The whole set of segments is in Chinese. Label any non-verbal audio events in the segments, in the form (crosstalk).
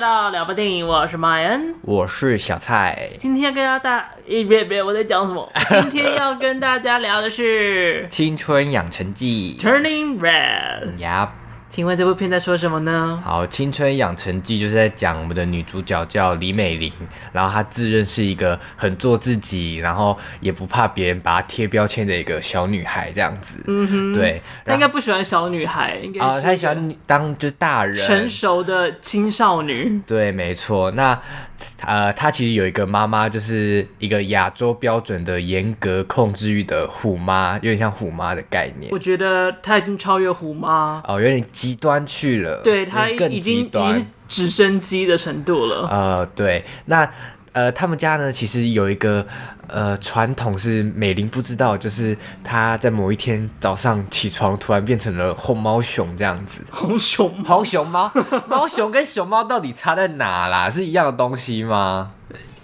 到聊吧电影，我是马恩。我是小蔡，今天跟大诶别别，我在讲 (laughs) 什么？今天要跟大家聊的是青春养成记。《Turning Red》。呀，请问这部片在说什么呢？好，《青春养成记》就是在讲我们的女主角叫李美玲，然后她自认是一个很做自己，然后也不怕别人把她贴标签的一个小女孩这样子。嗯哼，对，她应然该后不喜欢小女孩，应该啊，是她喜欢当就是大人，成熟的青少女。对，没错。那呃，她其实有一个妈妈，就是一个亚洲标准的严格控制欲的虎妈，有点像虎妈的概念我。觉得她已经超越虎妈，哦，有点极端去了，对她有点已经更极已经是端。直升机的程度了。呃，对，那呃，他们家呢，其实有一个呃传统是美玲不知道，就是她在某一天早上起床，突然变成了红毛熊这样子。红熊猫红熊 (laughs) 猫， (laughs) 猫熊跟熊猫到底差在哪啦？是一样的东西吗？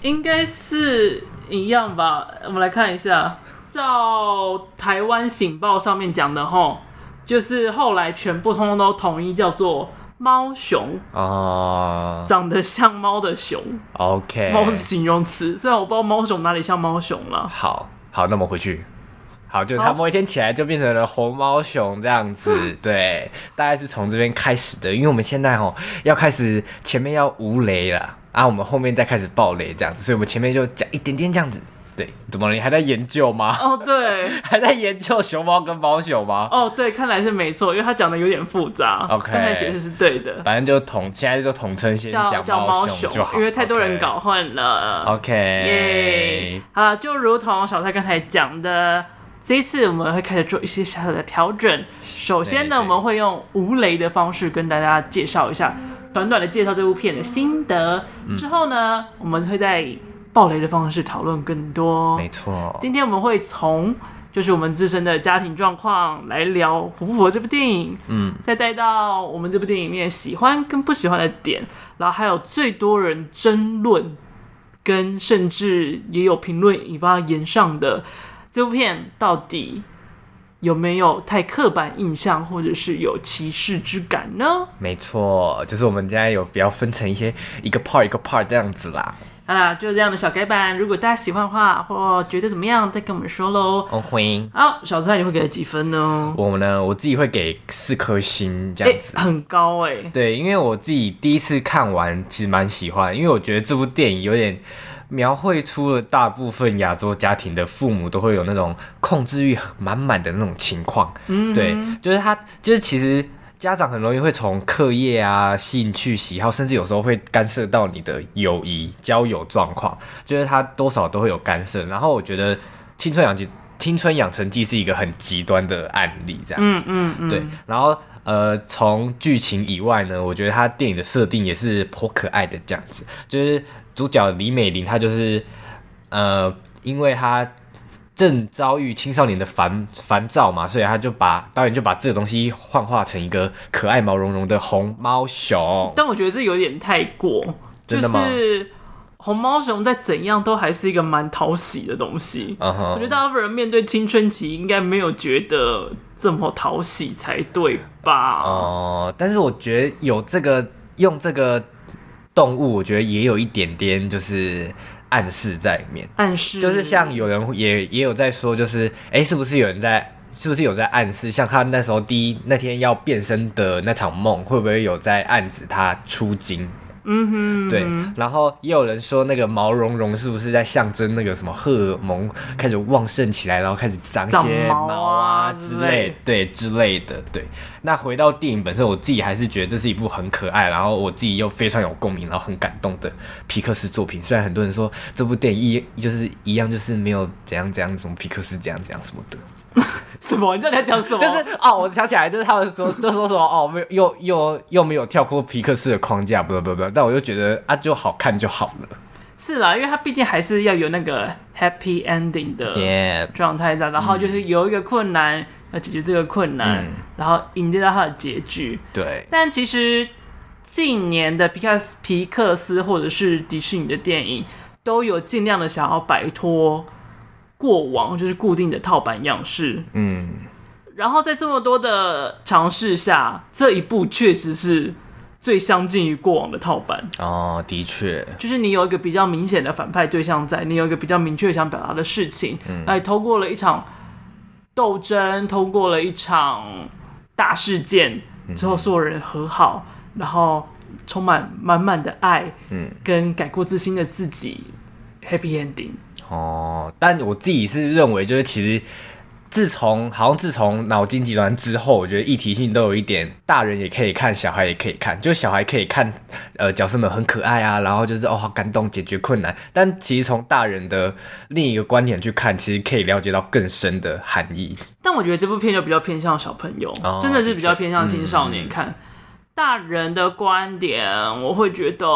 应该是一样吧。我们来看一下，照台湾醒报上面讲的吼，就是后来全部通通都统一叫做猫熊，哦、长得像猫的熊， o k 猫是形容词。虽然我不知道猫熊哪里像猫熊 (laughs) 了，好好，那我们回去。好，就是他好某一天起来就变成了红毛熊这样 (laughs) 子，对，大概是从这边开始的，因为我们现在哦要开始前面要无雷了啊，我们后面再开始爆雷这样子，所以我们前面就讲一点点这样子，对，怎么了？你还在研究吗？哦对。 (laughs) 还在研究熊猫跟猫熊吗？哦，对，看来是没错，因为他讲的有点复杂 OK 看来解释是对的，反正就统，现在就统称先叫讲叫猫熊熊就好，，因为太多人 OK 搞混了。耶 OK，！好了，就如同小蔡刚才讲的，这一次我们会开始做一些小小的调整。首先呢，对对我们会用无雷的方式跟大家介绍一下，短短的介绍这部片的心得。之后呢，我们会在爆雷的方式讨论更多没。错，今天我们会从就是我们自身的家庭状况来聊符不符合这部电影，嗯，再带到我们这部电影里面喜欢跟不喜欢的点，然后还有最多人争论，跟甚至也有评论引发言上的这部片到底有没有太刻板印象，或者是有歧视之感呢？没错，就是我们现在有比较分成一些一个 part 一个 part 这样子啦。啊，就这样的小改版，如果大家喜欢的话，或觉得怎么样，再跟我们说喽。哦，欢迎好，小蔡你会给他几分呢？我呢，我自己会给四颗星这哎、样子。很高哎、对，因为我自己第一次看完，其实蛮喜欢，因为我觉得这部电影有点描绘出了大部分亚洲家庭的父母都会有那种控制欲满满的那种情况。嗯，对，就是他，就是其实家长很容易会从课业啊、兴趣、喜好，甚至有时候会干涉到你的友谊、交友状况，就是他多少都会有干涉。然后我觉得《青春养成青春养成记》是一个很极端的案例，这样。嗯嗯嗯，对，然后呃，从剧情以外呢，我觉得他电影的设定也是颇可爱的，这样子，就是主角李美玲，她就是呃，因为她正遭遇青少年的烦烦躁嘛，所以他就把导演就把这个东西幻化成一个可爱毛茸茸的红猫熊。但我觉得这有点太过，就真的吗是红毛熊再怎样都还是一个蛮讨喜的东西。嗯我觉得哼，大部分人面对青春期应该没有觉得这么讨喜才对吧？哦，但是我觉得有这个用这个动物，我觉得也有一点点就是暗示在里面。暗示就是像有人也也有在说，就是哎、诶是不是有人在，是不是有在暗示，像他那时候第一那天要变身的那场梦，会不会有在暗指他出京？嗯哼，对，然后也有人说那个毛茸茸是不是在象征那个什么荷尔蒙开始旺盛起来，然后开始长一长些毛毛啊之之类类，对之类的，对。那回到电影本身，我自己还是觉得这是一部很可爱，然后我自己又非常有共鸣，然后很感动的皮克斯作品。虽然很多人说这部电影一就是一样，就是没有怎样怎样，什么皮克斯怎样怎样什么的，什么？你到底在讲什么？就是哦，我想起来，就是他们说， (laughs) 就说什么哦，没有又又又没有跳过皮克斯的框架，不不不，但我就觉得啊，就好看就好了。是啦，因为它毕竟还是要有那个 happy ending 嗯的 Yeah，状态在，然后就是有一个困难要解决这个困难，嗯然后迎接到它的结局。对，但其实近年的皮克斯、皮克斯或者是迪士尼的电影，都有尽量的想要摆脱过往就是固定的套版样式。嗯，然后在这么多的尝试下，这一部确实是最相近于过往的套版。哦，的确，就是你有一个比较明显的反派对象在，你有一个比较明确想表达的事情，嗯那、你通过了一场斗争，通过了一场大事件嗯之后，所有人和好，然后充满满满的爱，嗯，跟改过自新的自己，happy ending。哦，但我自己是认为，就是其实自从好像自从脑筋急转弯之后，我觉得议题性都有一点，大人也可以看，小孩也可以看，就小孩可以看，呃，角色们很可爱啊，然后就是哦好感动，解决困难。但其实从大人的另一个观点去看，其实可以了解到更深的含义。但我觉得这部片就比较偏向小朋友，哦嗯真的是比较偏向青少年看。大人的观点，我会觉得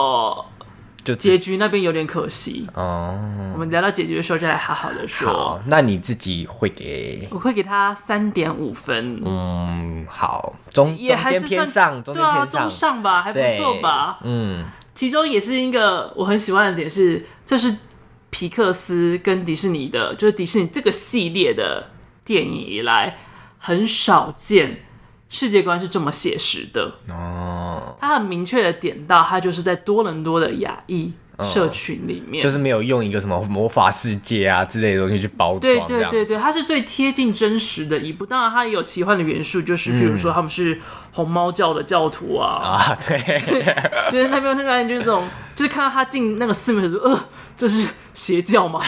就结局那边有点可惜。哦，我们聊到结局的时候再来好好的说。好，那你自己会给？我会给他三点五分，嗯，好，中也中还间是偏算上，中对间啊，偏中上，上吧，还不对，错吧。嗯，其中也是一个我很喜欢的点是，这是皮克斯跟迪士尼的，就是迪士尼这个系列的电影以来很少见。世界观是这么写实的，哦，它很明确的点到，它就是在多伦多的亚裔社群里面，哦就是没有用一个什么魔法世界啊之类的东西去包装，对对这对样，对，它是最贴近真实的一部。当然，它也有奇幻的元素，就是嗯譬如说他们是红猫教的教徒啊，啊， (laughs) 对，就是那边那边就是这种，就是看到他进那个寺庙，就说呃，这是邪教 (laughs) 嘛，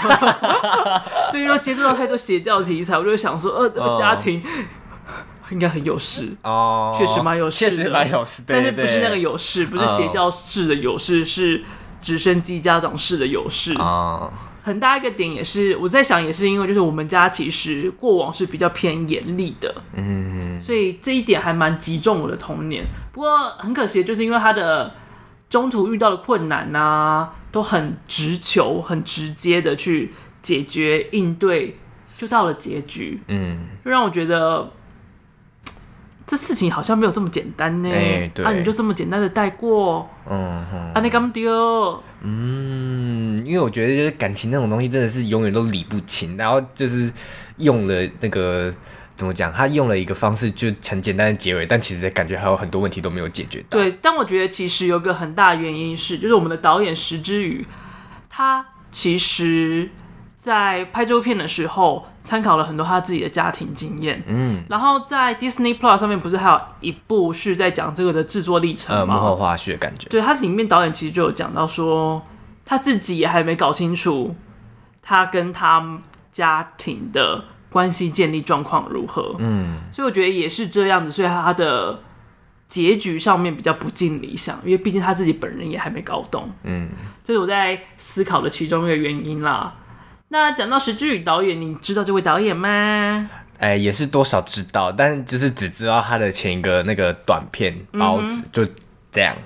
所以说接触到太多邪教题材，我就想说，呃，这个家庭应该很有事。哦，确实蛮有事确的，实蛮有事，对但是对不是那个对哦有事，不是邪教式的有事，是直升机家长式的有事。哦，很大一个点也是我在想，也是因为就是我们家其实过往是比较偏严厉的，嗯，所以这一点还蛮击中我的童年。不过很可惜，就是因为他的中途遇到的困难啊，都很直球、很直接的去解决应对，就到了结局，嗯，就让我觉得。嘖这事情好像没有这么简单呢、哎对啊，你就这么简单的带过，嗯哼啊，你干嘛丢？嗯，因为我觉得就是感情那种东西真的是永远都理不清，然后就是用了那个怎么讲，他用了一个方式就很简单的结尾，但其实感觉还有很多问题都没有解决到，对，但我觉得其实有个很大的原因是，就是我们的导演石之宇，他其实在拍这部片的时候，参考了很多他自己的家庭经验。嗯，然后在 Disney Plus 上面不是还有一部是在讲这个的制作历呃，程幕吗？后花絮的感觉，对，他里面导演其实就有讲到说，他自己也还没搞清楚他跟他家庭的关系建立状况如何。嗯，所以我觉得也是这样子，所以他的结局上面比较不尽理想，因为毕竟他自己本人也还没搞懂，嗯，这是我在思考的其中一个原因啦。那讲到石之宇导演，你知道这位导演吗？哎、也是多少知道，但就是只知道他的前一个那个短片嗯包子、就这样。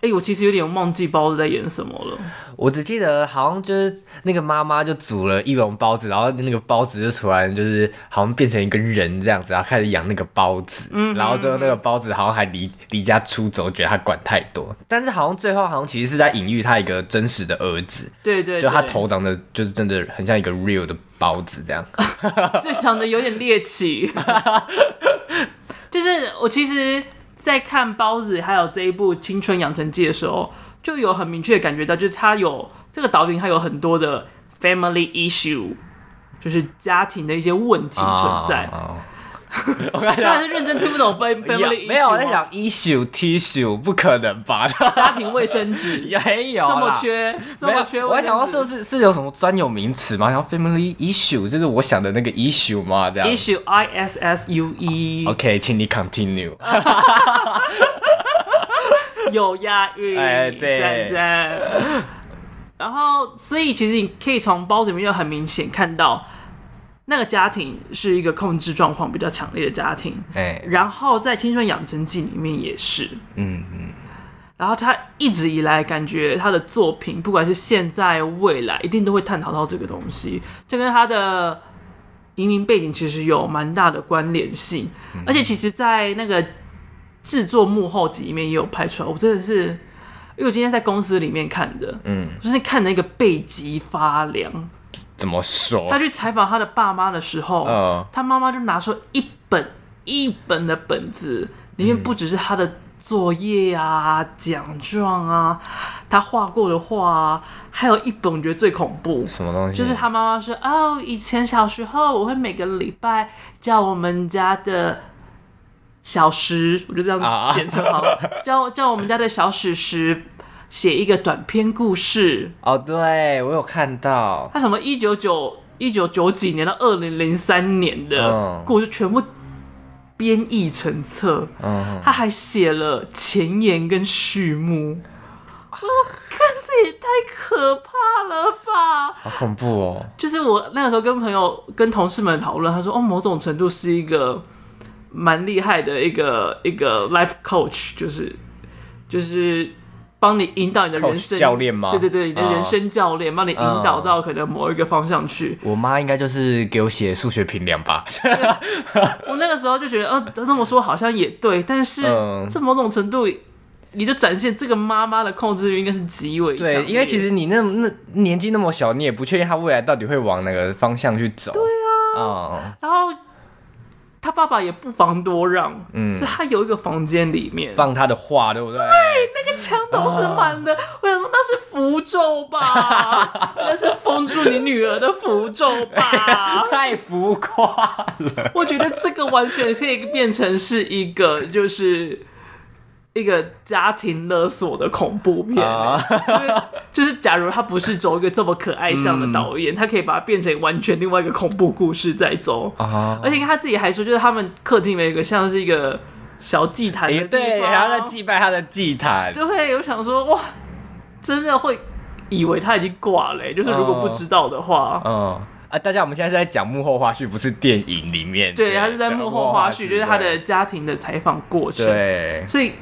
哎、我其实有点忘记包子在演什么了。我只记得好像就是那个妈妈就煮了一笼包子，然后那个包子就突然就是好像变成一个人这样子，然后开始养那个包子，然后最后那个包子好像还离离家出走，觉得他管太多，但是好像最后好像其实是在隐喻他一个真实的儿子，对对对，就他头长得就是真的很像一个 real 的包子这样。就长得有点猎奇。 (laughs) 就是我其实，在看《包子》还有这一部《青春养成记》的时候，就有很明确地感觉到，就是他有这个导演，他有很多的 family issue，就是家庭的一些问题存在。哦哦哦我刚 (laughs) 才当然是认真听不懂 fam- (laughs) 没有 family issue，没有我在吗想 issue tissue 不可能吧？ (laughs) 家庭卫生纸没有这么啦缺，这没有么缺我卫还想生到是纸。是是有什么专有名词吗？然后 family issue 就是我想的那个 issue 吗？这样。 issue i s s u e OK，请你 continue。 (laughs) 有押韵，哎对赞赞。然后，所以其实你可以从包子里面就很明显看到，那个家庭是一个控制状况比较强烈的家庭。哎，然后在《青春养成记》里面也是，嗯嗯，然后他一直以来感觉他的作品，不管是现在未来，一定都会探讨到这个东西，这跟他的移民背景其实有蛮大的关联性。而且其实，在那个制作幕后集里面也有拍出来，我真的是，因为我今天在公司里面看的，嗯，就是看了一个背脊发凉。怎么他说？去采访他的爸妈的时候，嗯他妈妈就拿出一本一本的本子，里面不只是他的作业啊、奖状啊，他画过的画啊，还有一本我觉得最恐怖，什么东西？就是他妈妈说：“哦，以前小时候我会每个礼拜叫我们家的小石，我就这样啊子简称好了，叫叫我们家的小史石写一个短篇故事。哦，对我有看到，他什么一九九一九九几年到二零零三年的嗯故事全部编译成册，嗯，他还写了前言跟序幕。”我看这也太可怕了吧！好恐怖哦，就是我那个时候跟朋友、跟同事们讨论，他说：“哦，某种程度是一个蛮厉害的一个一个 life coach，就是就是帮你引导你的 Coach 人生教练吗对对对，你的哦人生教练，帮你引导嗯到可能某一个方向去。我妈应该就是给我写数学评量 (laughs) 吧，我那个时候就觉得，呃，这么说好像也对，但是嗯这某种程度，你就展现这个妈妈的控制欲应该是极为强对，烈因为其实你那那年纪那么小，你也不确定他未来到底会往哪个方向去走。对啊，哦，然后他爸爸也不妨多让，嗯就他有一个房间里面放他的话，对不对？。那个墙都是满的，我想说那是符咒吧，那是封住你女儿的符咒吧哎太浮夸 (laughs) 了。我觉得这个完全可以变成是一个就是。一个家庭勒索的恐怖片、啊就是就是假如他不是走一个这么可爱向的导嗯演，他可以把它变成完全另外一个恐怖故事在走。啊， (laughs) 而且他自己还说，就是他们客厅里面有一个像是一个小祭坛诶的地方，哎对，然后在祭拜他的祭坛。就会有想说，哇，真的会以为他已经挂了欸、就是如果不知道的话，嗯啊，大家，我们现在是在讲幕后花絮，不是电影里面。对，他就在幕后花絮，就是他的家庭的采访过程，对所以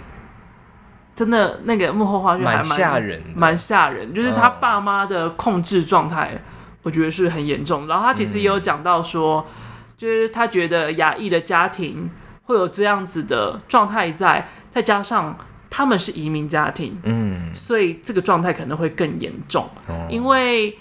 真的那个幕后花絮还蛮吓人的蛮吓人，就是他嗯爸妈的控制状态，我觉得是很严重。然后他其实也有讲到说，就是他觉得亚裔的家庭会有这样子的状态在，再加上他们是移民家庭，嗯所以这个状态可能会更严重，哦因为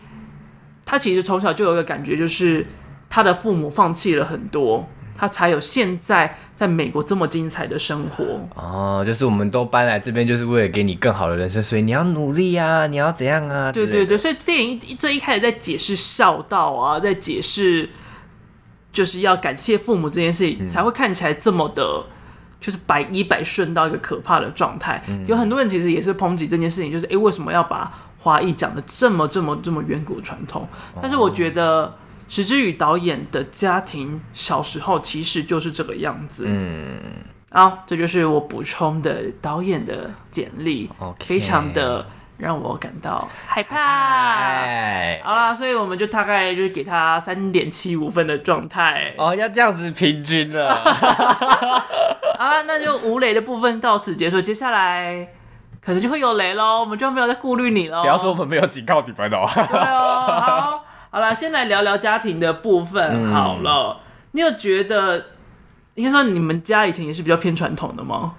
他其实从小就有一个感觉，就是他的父母放弃了很多，他才有现在在美国这么精彩的生活。哦，就是我们都搬来这边，就是为了给你更好的人生，所以你要努力啊，你要怎样啊？对之类对的，对，所以电影一最一开始在解释孝道啊，在解释就是要感谢父母这件事情，嗯才会看起来这么的。就是百依百顺到一个可怕的状态，嗯有很多人其实也是抨击这件事情，就是诶，为什么要把华裔讲的这么这么这么远古传统？哦但是我觉得石之宇导演的家庭小时候其实就是这个样子，嗯，啊，这就是我补充的导演的简历 OK 非常的呃让我感到害怕。哎，好啦，所以我们就大概就是给他三点七五分的状态。哦，要这样子平均了。 (laughs) 好啦，那就吴磊的部分到此结束，接下来可能就会有雷喽，我们就没有再顾虑你喽。不要说我们没有警告你们哦。对哦，好，好啦，先来聊聊家庭的部分嗯好了。你有觉得，应该说你们家以前也是比较偏传统的吗？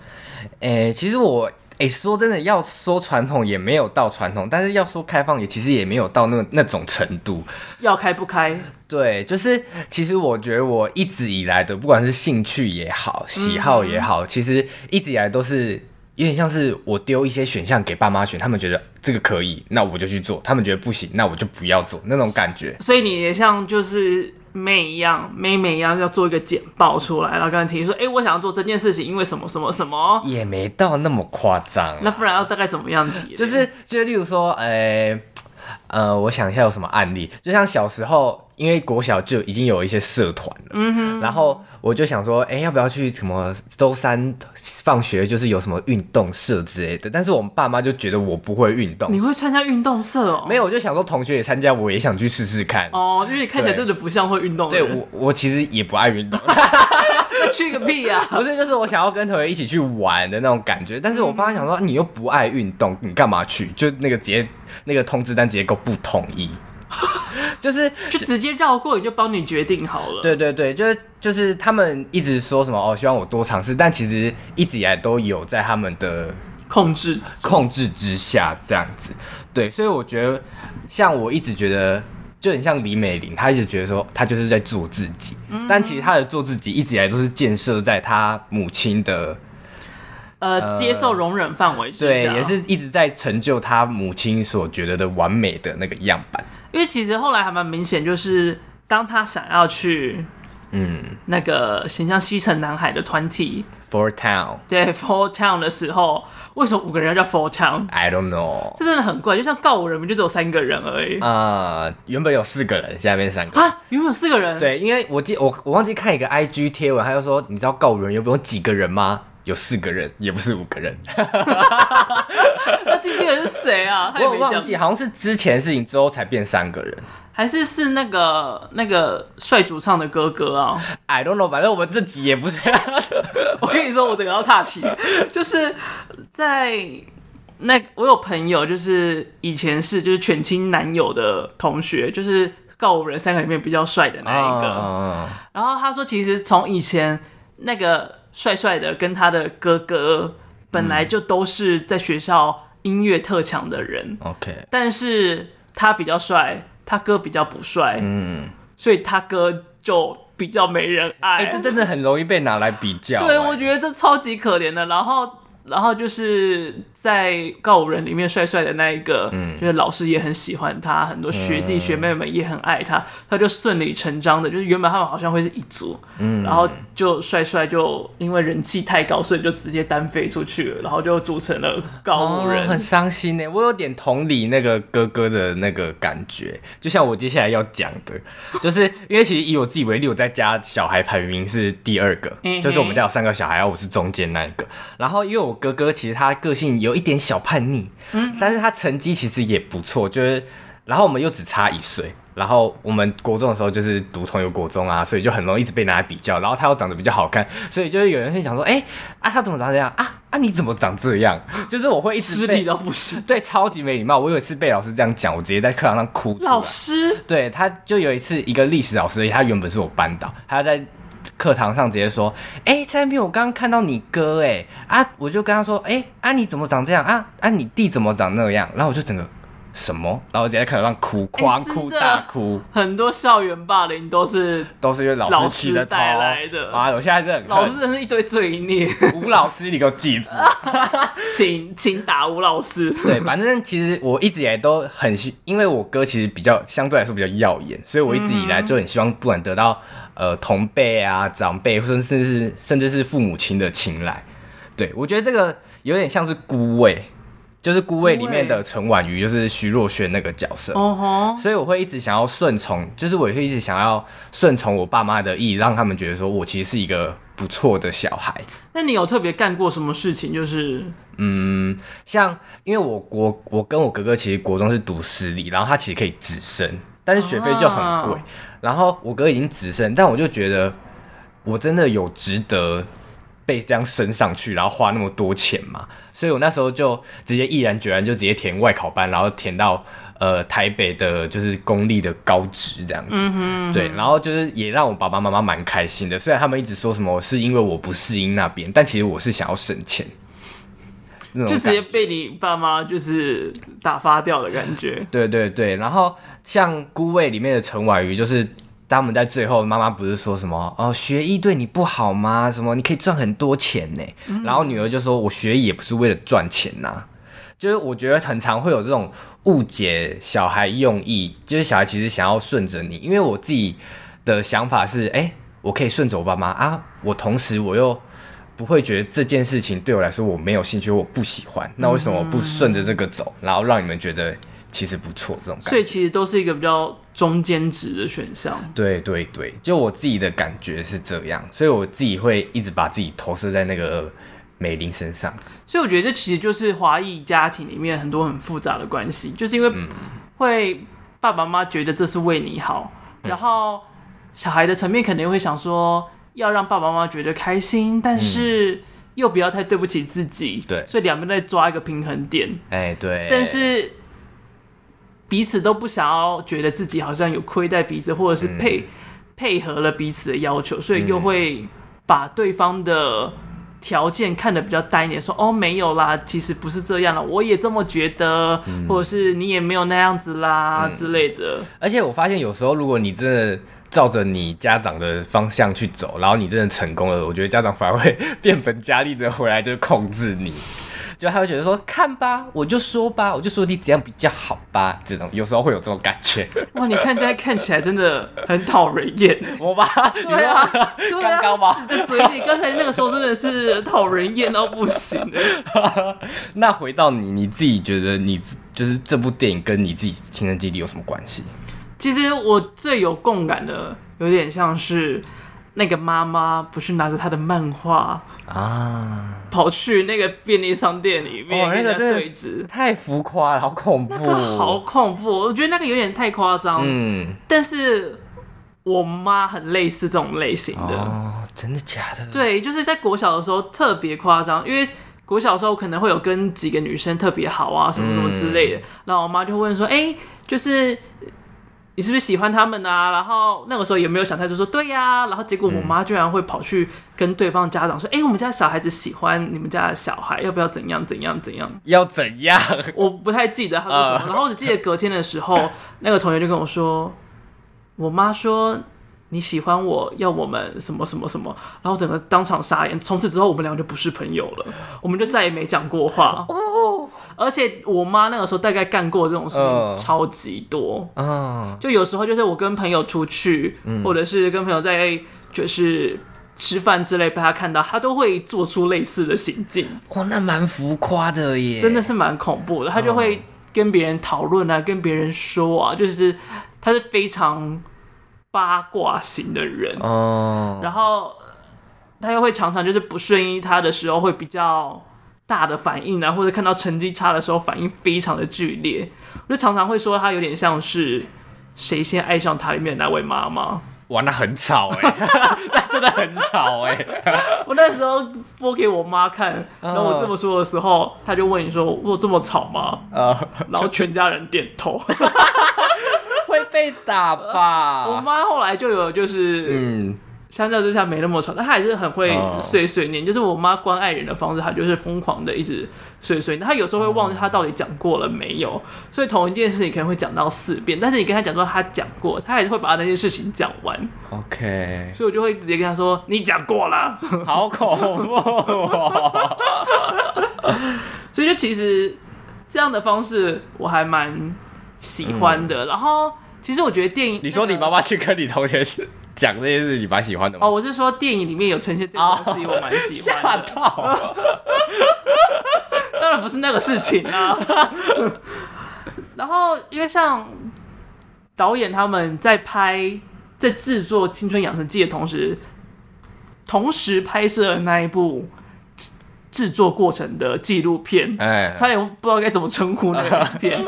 哎、其实我哎、说真的，要说传统也没有到传统，但是要说开放也其实也没有到那那种程度。要开不开？对，就是其实我觉得我一直以来的，不管是兴趣也好，喜好也好，其实一直以来都是有点像是我丢一些选项给爸妈选，他们觉得这个可以，那我就去做；他们觉得不行，那我就不要做那种感觉。所以你也像就是妹一样，妹妹一样要做一个简报出来，然后跟她提说，哎、我想要做这件事情，因为什么什么什么，也没到那么夸张啊，那不然要大概怎么样提？就是就是，例如说，呃、呃，我想一下有什么案例，就像小时候，因为国小就已经有一些社团了，嗯哼，然后我就想说，哎、要不要去什么周三放学就是有什么运动社之类的？但是我们爸妈就觉得我不会运动你，会参加运动社哦、没有，我就想说同学也参加，我也想去试试看。哦，因为你看起来对真的不像会运动的对人，我，我其实也不爱运动，那去个屁啊呀、不是，就是我想要跟同学一起去玩的那种感觉。但是我爸妈想说，你又不爱运动，你干嘛去？就那个直接那个通知单直接给我不同意， (laughs) (laughs) 就是就直接绕过，你就帮你决定好了。对对对，就是就是他们一直说什么哦，希望我多尝试，但其实一直以来都有在他们的控制控制之下这样子。对，所以我觉得，像我一直觉得。就很像李美玲，她一直觉得说她就是在做自己，但其实她的做自己一直以来都是建设在她母亲的呃呃接受容忍范围之对，下也是一直在成就他母亲所觉得的完美的那个样板。因为其实后来还蛮明显，就是当他想要去嗯那个形象西城男孩的团体，For Town。 (laughs) 对 Four Town 的时候，为什么五个人要叫 Four Town？ I don't know，这真的很怪，就像告五人名就只有三个人而已啊啊呃，原本有四个人，现在变三个。原本有四个人，对，因为我记我我忘记看一个 IG 贴文，他就说，你知道告五人有不有几个人吗？有四个人，也不是五个人。那第四个人是谁 (laughs) 啊？他 (laughs) 也我有没忘讲，记，好像是之前事情之后才变三个人。还是是那个那个帅主唱的哥哥 (laughs) 啊？ I don't know，反正我们自己也 (laughs) 不是。我跟你说，我整个要岔题，就是在那我有朋友，就是以前是就是全亲男友的同学，就是告我们三个里面比较帅的那哦一个。啊然后他说，其实从以前那个帅帅的跟他的哥哥本来就都是在学校音乐特强的人， OK，但是他比较帅，他哥比较不帅，嗯，所以他哥就比较没人爱。哎、这真的很容易被拿来比较、对，哎我觉得这超级可怜的。然后，然后就是在《告五人》里面帅帅的那一个，就是老师也很喜欢他，很多学弟学妹们也很爱他，他就顺理成章的，就是原本他们好像会是一组，然后就帅帅就因为人气太高，所以就直接单飞出去了，然后就组成了告五哦人。很伤心呢。我有点同理那个哥哥的那个感觉，就像我接下来要讲的，就是因为其实以我自己为例，我在家小孩排名是第二个嗯哼，就是我们家有三个小孩，我是中间那一个。然后因为我哥哥其实他个性有一点小叛逆，嗯，但是他成绩其实也不错，就是然后我们又只差一岁。然后我们国中的时候就是读同一个国中啊，所以就很容易一直被拿来比较。然后他又长得比较好看，所以就是有人会想说，哎、啊他怎么长这样啊啊你怎么长这样？就是我会一直失被礼到不行，对，超级没礼貌。我有一次被老师这样讲，我直接在课堂上哭出来。老师对，他就有一次一个历史老师，他原本是我班导，他在课堂上直接说：“哎、蔡明，我刚刚看到你哥、哎啊！”我就跟他说：“哎、啊，你怎么长这样啊？啊，你弟怎么长那样？”然后我就整个什么，然后我直接在课堂上哭，狂哭哎真的大哭，很多校园霸凌都是都是因为老老师师起的头带来的啊！我现在是很恨老师，真是一堆罪孽，吴老师，你给我记住。请请打吴老师。对，反正其实我一直以来都很希，因为我哥其实比较相对来说比较耀眼，所以我一直以嗯来就很希望不管得到呃同辈啊、长辈，甚至是甚至是父母亲的青睐。对我觉得这个有点像是孤味，就是孤味里面孤的味陈婉瑜，就是徐若瑄那个角色。哦吼，所以我会一直想要顺从，就是我会一直想要顺从我爸妈的意，让他们觉得说我其实是一个不错的小孩。那你有特别干过什么事情？就是嗯，像因为我国我跟我哥哥其实国中是读私立，然后他其实可以直升，但是学费就很贵。哦然后我哥已经直升，但我就觉得我真的有值得被这样升上去，然后花那么多钱嘛？所以我那时候就直接毅然决然就直接填外考班，然后填到呃台北的就是公立的高职这样子。嗯对，然后就是也让我爸爸妈妈蛮开心的，虽然他们一直说什么是因为我不适应那边，但其实我是想要省钱。那种就直感接被你爸妈就是打发掉的感觉。对对对，然后像《孤味》里面的陈婉瑜，就是他们在最后，妈妈不是说什么哦，学医对你不好吗？什么你可以赚很多钱呢？然后女儿就说，我学医也不是为了赚钱呐、就是我觉得很常会有这种误解小孩用意，就是小孩其实想要顺着你，因为我自己的想法是，哎、我可以顺着我爸妈啊，我同时我又不会觉得这件事情对我来说我没有兴趣，我不喜嗯欢，那为什么我不顺着这个走，然后让你们觉得其实不错这种感所觉？以其实都是一个比较中间值的选项。对对对，就我自己的感觉是这样，所以我自己会一直把自己投射在那个美玲身上。所以我觉得这其实就是华裔家庭里面很多很复杂的关系，就是因为会爸爸妈妈觉得这是为你好，然后小孩的层面肯定会想说要让爸爸妈妈觉得开心，但是又不要太对不起自己。对所以两边在抓一个平衡点。哎，对，但是彼此都不想要觉得自己好像有亏待彼此，或者是嗯配、配合了彼此的要求，所以又会把对方的条件看得比较淡一点，说哦没有啦，其实不是这样了，我也这么觉得，嗯或者是你也没有那样子啦、之类的。而且我发现有时候，如果你真的照着你家长的方向去走，然后你真的成功了，我觉得家长反而会变本加厉的回来就控制你， (laughs) 就他会觉得说看吧，我就说吧，我就说你怎样比较好吧，这种有时候会有这种感 (laughs) 觉。哇，你看这样看起来真的很讨人厌。我吧，你对啊，(laughs) 说对啊，刚刚吗？你的嘴里刚才那个时候真的是讨人厌到不行欸的。那回到你，你自己觉得你就是这部电影跟你自己亲身经历有什么关系？其实我最有共感的，有点像是那个妈妈不是拿着她的漫画啊，跑去那个便利商店里面哦跟那个人家真的对峙，太浮夸了，好恐怖，那个好恐怖，我觉得那个有点太夸张。哦嗯，但是我妈很类似这种类型的，哦，真的假的？，对，就是在国小的时候特别夸张，因为国小的时候可能会有跟几个女生特别好啊，什么什么之类的。然后我妈就会问说：“哎、就是你是不是喜欢他们啊？”然后那个时候也没有想太多，说对呀、然后结果我妈居然会跑去跟对方家长说：“哎、我们家小孩子喜欢你们家的小孩，要不要怎样怎样怎样？”要怎样？我不太记得他说什么，啊然后我只记得隔天的时 (laughs) 候，那个同学就跟我说，我妈说你喜欢我，要我们什么什么什么，然后整个当场傻眼。从此之后，我们两个就不是朋友了，我们就再也没讲过话。而且我妈那个时候大概干过这种事情哦嗯超级多，啊，就有时候就是我跟朋友出去，嗯或者是跟朋友在就是吃饭之类被她看到，她都会做出类似的行径。哇，那蛮浮夸的耶，真的是蛮恐怖的。他就嗯会跟别人讨论啊，跟别人说啊，就是他是非常八卦型的人，哦，然后他又会常常就是不顺应他的时候会比较。大的反应啊，或者看到成绩差的时候，反应非常的剧烈，我就常常会说他有点像是《谁先爱上他》里面的那位妈妈。哇，那很吵哎， (laughs) 那真的很吵哎，我那时候播给我妈看，嗯然后我这么说的时候，她就问你说：“我有这么吵吗啊，？”然后全家人点头。会被打我吧？妈后来就有就是、啊嗯，相较之下没那么吵，但她还是很会哦碎碎念。就是我妈关爱人的方式，她就是疯狂的一直碎碎念。她有时候会忘记她到底讲过了没有，所以同一件事情可能会讲到四遍，但是你跟她讲说她讲过，她还是会把那件事情讲完。 ，OK，所以我就会直接跟她说：“你讲过了。 (laughs) 好恐怖哦，”所以就其实这样的方式我还蛮喜欢的。然后其实我觉得电影， (laughs) 嗯你说你那个妈妈去跟你同学讲这件事，你蛮喜欢的吗哦，？我是说电影里面有呈现这哦个东西，我蛮喜欢的。 (laughs) 吓到， (laughs) 当然不是那个事情啊。 (laughs) 然后，因为像导演他们在拍、在制作《青春养成记》的同时，同时拍摄了那一部制制作过程的纪录片，哎，差点不知道该怎么称呼那个影片。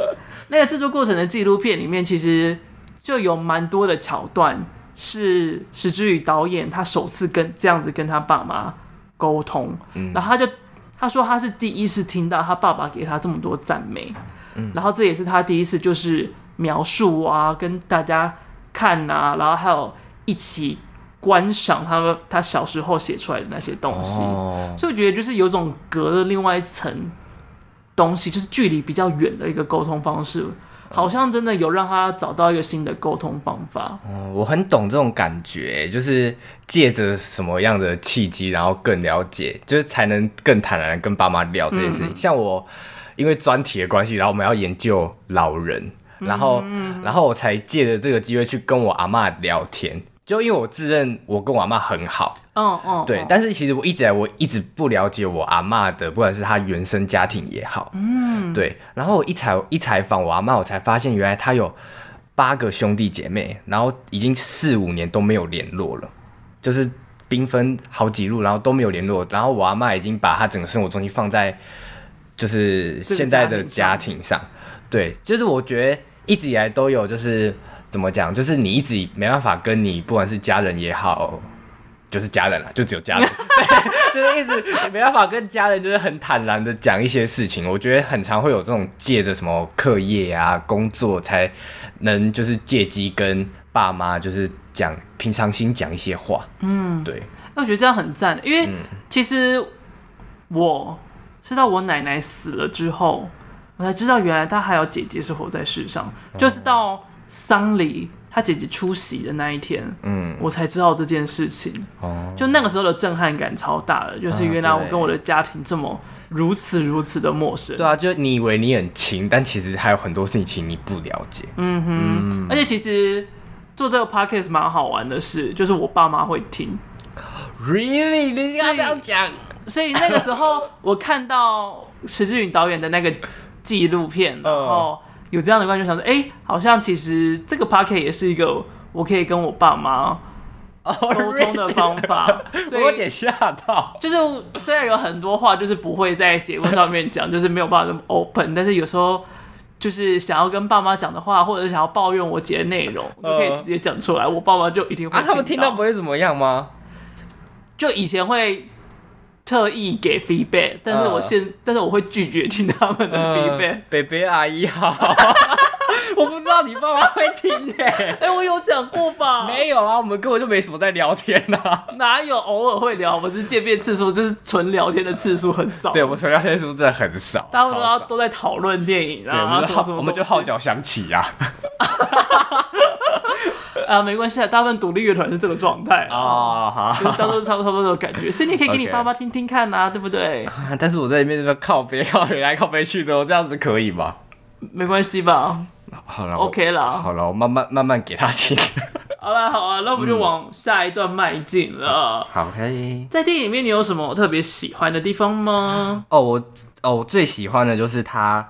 那个制作过程的纪录片里面，其实就有蛮多的桥段是石之宇导演他首次跟这样子跟他爸妈沟通，然后他就他说他是第一次听到他爸爸给他这么多赞美，然后这也是他第一次就是描述啊，跟大家看啊，然后还有一起观赏他们他小时候写出来的那些东西。哦，所以我觉得就是有种隔了另外一层东西，就是距离比较远的一个沟通方式，好像真的有让他找到一个新的沟通方法。嗯我很懂这种感觉，就是借着什么样的契机，然后更了解，就是才能更坦然地跟爸妈聊这件事情。像我，因为专题的关系，然后我们要研究老人，然后，然后我才借着这个机会去跟我阿嬷聊天。就因为我自认我跟我阿嬷很好，嗯嗯，对，嗯但是其实我一直以来我一直不了解我阿嬷的，不管是她原生家庭也好，嗯，对。然后我一采一采访我阿嬷，我才发现原来她有八个兄弟姐妹，然后已经四五年都没有联络了，就是兵分好几路，然后都没有联络。然后我阿嬷已经把她整个生活重心放在就是这个现在的家家庭庭上，对，就是我觉得一直以来都有就是。怎么讲？就是你一直没办法跟你不管是家人也好，就是家人啦，就只有 (laughs) 家人，对就是一直没办法跟家人就是很坦然的讲一些事情。我觉得很常会有这种借着什么课业啊、工作才能就是借机跟爸妈就是讲平常心讲一些话。嗯，对，嗯那我觉得这样很赞，因为其实我是到我奶奶死了之后，我才知道原来她还有姐姐是活在世上，(laughs) 哦就是到丧礼她姐姐出席的那一天，嗯，我才知道这件事情。哦，就那个时候的震撼感超大的，就是原来啊我对跟我的家庭这么如此如此的陌生。对啊，就你以为你很亲，但其实还有很多事情其实你不了解。嗯而且其实做这个 podcast 蛮好玩的是，就是我爸妈会听， Really？你要不要讲？所以那个时候我看到池志云导演的那个纪录 (laughs) 嗯片，然后有这样的观众想说，哎、好像其实这个 podcast 也是一个我可以跟我爸 (laughs) 妈哦，(laughs) 沟通的方法所 (laughs) 我有以。点吓到。就是虽然有很多话就是不会在节目上面讲，就是没有办法那么 open，但是有时候就是想要跟爸妈讲的话，或者是想要抱怨我姐的内容，我就可以直接讲出来，我爸妈就一定会嗯啊，他们听到到不会怎么 (laughs) 样吗？就以前会特意给 feedback，但是我嗯现、但是我会拒绝听他们的 feedback。呃北北阿姨 (laughs) 好，我不知道你爸妈会听呢、 (laughs) 哎、我有讲过吧？ (laughs) 没有啊，我们根本就没什么在聊天啊呐、哪有偶尔会聊，我们是见面次数，就是纯聊天的次数很少。 (laughs) 对，我们纯聊天是不是真的很少？大家都超要少都在讨论电影对，我啊，们什就么号什么东西，我们就号角响起呀、 (laughs) 啊，没关系啊，大部分独立乐团是这个状态 (laughs) 啊。哦，好。就是到时候差不多差不多这种感觉，所以你也可以给你 OK 爸妈听听看呐、对不 (laughs) 对？啊 (laughs) 但是我在里面就靠背靠背来靠背去的，我这样子可以吗？没关系吧好了我？OK 啦，好了，我慢慢慢慢给他听。好啦，好啊，那我们就往下一段迈进了。好，可以。在电影里面，你有什么特别喜欢的地方吗？哦，我哦，我最喜欢的就是他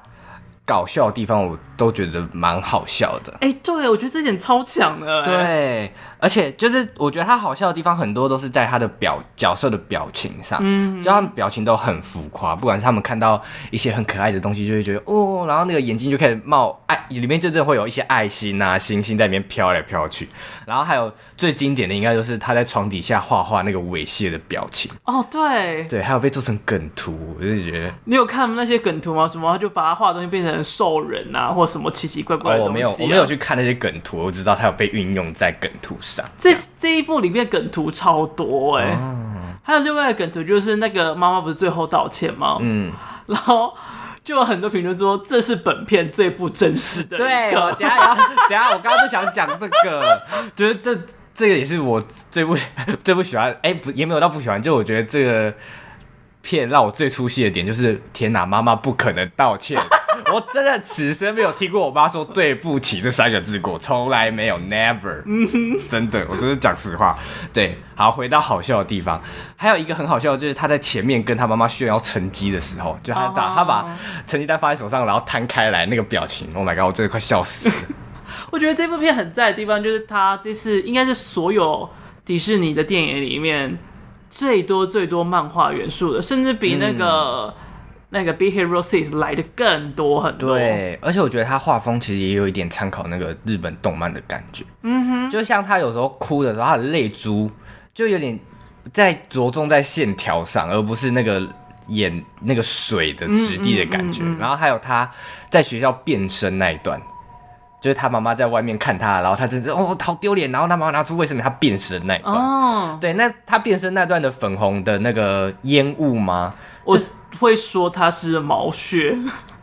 搞笑的地方，我都觉得蛮好笑的。哎、对，我觉得这点超强的、哎，对，而且就是我觉得他好笑的地方很多都是在他的表角色的表情上，嗯，就他们表情都很浮夸，不管是他们看到一些很可爱的东西，就会觉得哦，然后那个眼睛就开始冒爱，里面就真的会有一些爱心啊、星星在里面飘来飘去，然后还有最经典的应该就是他在床底下画画那个猥亵的表情，哦，对， (laughs) 对，还有被做成梗图，我就觉得你有看那些梗图吗？什么他就把他画的东西变成兽人啊，或什么奇奇怪怪哦，的我东没西、啊有我没有去看那些梗图，我知道他有被运用在梗图上，这这一部里面梗图超多哎、哦还有另外一个梗图就是那个妈妈不是最后道歉吗？嗯，然后就有很多评论说这是本片最不真实的一对，我个。等一下要等一下，我刚刚就想讲这 (laughs) 个，就是这这个也是我最不 (laughs) 最不喜欢，哎、不也没有到不喜欢，就我觉得这个片让我最出戏的点就是，天哪，妈妈不可能道 (laughs) 歉，我真的此生没有听过我妈说对不起这三个字过，从来没有，never，真的，我真的讲实话。对，好，回到好笑的地方，还有一个很好笑的就是他在前面跟他妈妈炫耀成绩的时候，就他打、哦他把成绩单放在手上，然后摊开来那个表情，Oh my god，我真的快笑死了。我觉得这部片很在的地方就是它这是应该是所有迪士尼的电影里面最多最多漫画元素的，甚至比那个、那个《Big Hero Six》来的更多很多。对，而且我觉得他画风其实也有一点参考那个日本动漫的感觉。嗯哼，就像他有时候哭的时候，他的泪珠就有点在着重在线条上，而不是那个眼那个水的质地的感觉。然后还有他在学校变身那一段。就是他妈妈在外面看他，然后他真是哦好丢脸，然后他妈妈拿出卫生棉，他变身那一段，哦，对，那他变身那段的粉红的那个烟雾吗？我会说它是毛血，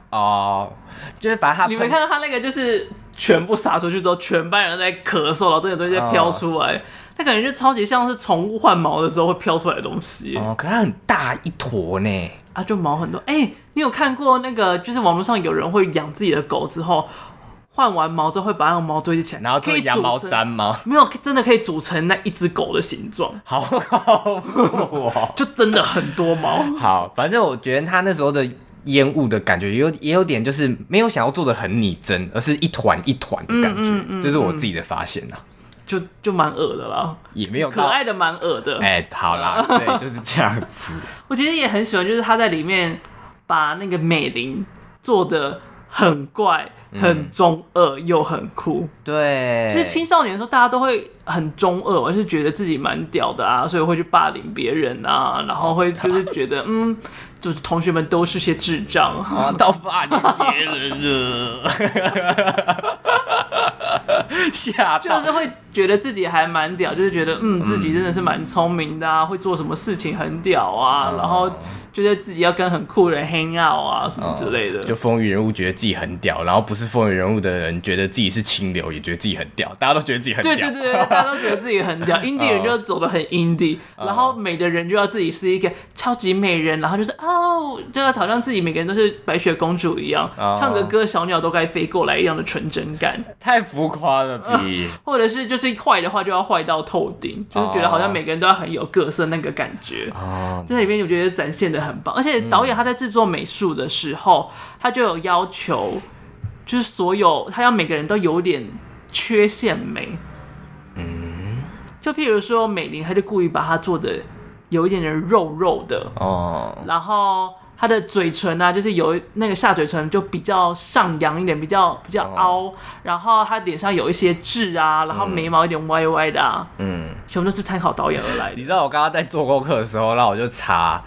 哦、就是把他你们喷看到他那个就是全部撒出去之后，全班人在咳嗽，然后这个东西在飘出来，那感觉就超级像是宠物换毛的时候会飘出来的东西、哦，可它很大一坨呢。啊，就毛很多。哎、你有看过那个？就是网络上有人会养自己的狗之后，换完毛之后会把那个毛堆积起来，然后可做以羊毛组成。毡吗？没有，真的可以组成那一只狗的形状，好恐怖 (laughs) 哦！就真的很多 (laughs) 毛。好，反正我觉得他那时候的烟雾的感觉也有也有点就是没有想要做的很拟真，而是一团一团的感嗯觉，这是我自己的发现呐、啊就就蛮恶的啦，也没有可到。爱的蛮恶的。哎、好 (laughs) 啦，对，就是这样子。我其实也很喜欢，就是他在里面把那个美玲做的很怪、嗯很中二又很酷。对，就是青少年的时候，大家都会很中二，我是觉得自己蛮屌的啊，所以会去霸凌别人啊，然后会就是觉得嗯，就是同学们都是些智障。啊，到霸凌别人了， (laughs) 吓就到！是会觉得自己还蛮屌，就是觉得嗯自己真的是蛮聪明的啊，会做什么事情很屌啊，然后觉得自己要跟很酷的人 hang out 啊哦什么之类的。就风云人物觉得自己很屌，然后不是风云人物的人觉得自己是清流，也觉得自己很屌，大家都觉得自己很屌。对对对，对大家都觉得自己很屌 (laughs) ，indie 人就要走的很 indie，、然后美的人就要自己是一个超级美人，然后就是哦，就要好像自己每个人都是白雪公主一样，哦唱个歌小鸟都该飞过来一样的纯真感， (laughs) 太浮夸了，比、或者是就是坏的话就要坏到透顶，就是觉得好像每个人都要很有各色那个感觉。哦，这里面我觉得展现的很棒，而且嗯导演他在制作美术的时候，他就有要求，就是所有他要每个人都有点缺陷美。嗯，嗯就譬如说美玲，他就故意把她做的有一点点肉肉的，哦，然后她的嘴唇啊，就是有那个下嘴唇就比较上扬一点，比较比较凹，哦然后她脸上有一些痣啊，然后眉毛有点歪歪的啊，嗯，全部都是参考导演而来的 (laughs) 你。知道我刚刚在做功课的时候，然后我就查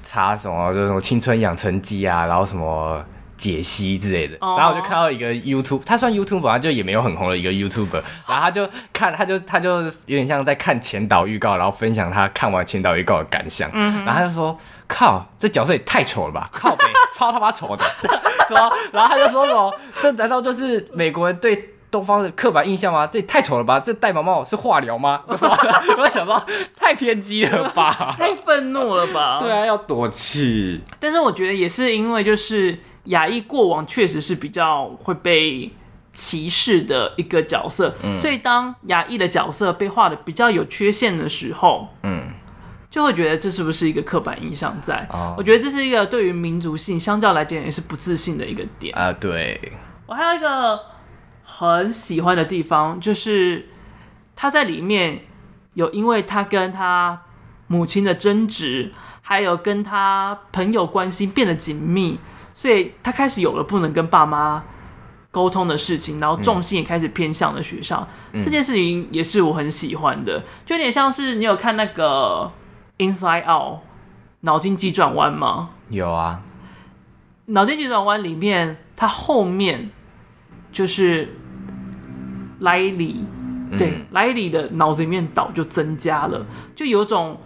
查什么，就是什么青春养成记啊，然后什么。解析之类的，哦然后我就看到一个 YouTube，他算 YouTube，反正就也没有很红的一个 YouTuber，然后他就看，他就他就有点像在看前导预告，然后分享他看完前导预告的感想，然后他就说：“靠，这角色也太丑了吧，靠北，超他妈丑的。”什么？然后他就说什么？这难道就是美国人对东方的刻板印象吗？这也太丑了吧！这戴毛帽是化疗吗？就什么？我想说，太偏激了 (laughs) 吧？太愤怒了吧？对啊，要躲气。但是我觉得也是因为就是亚裔过往确实是比较会被歧视的一个角色，嗯所以当亚裔的角色被画的比较有缺陷的时候，嗯，就会觉得这是不是一个刻板印象在？哦我觉得这是一个对于民族性相较来讲也是不自信的一个点。啊，对，我还有一个很喜欢的地方，就是他在里面有因为他跟他母亲的争执，还有跟他朋友关系变得紧密，所以他开始有了不能跟爸妈沟通的事情，然后重心也开始偏向了学校。这件事情也是我很喜欢的，就有点像是你有看那个《Inside Out》脑筋急转弯吗？有啊， 《脑筋急转弯》里面，它后面就是莱里，嗯对莱里的脑子里面岛就增加了，就有种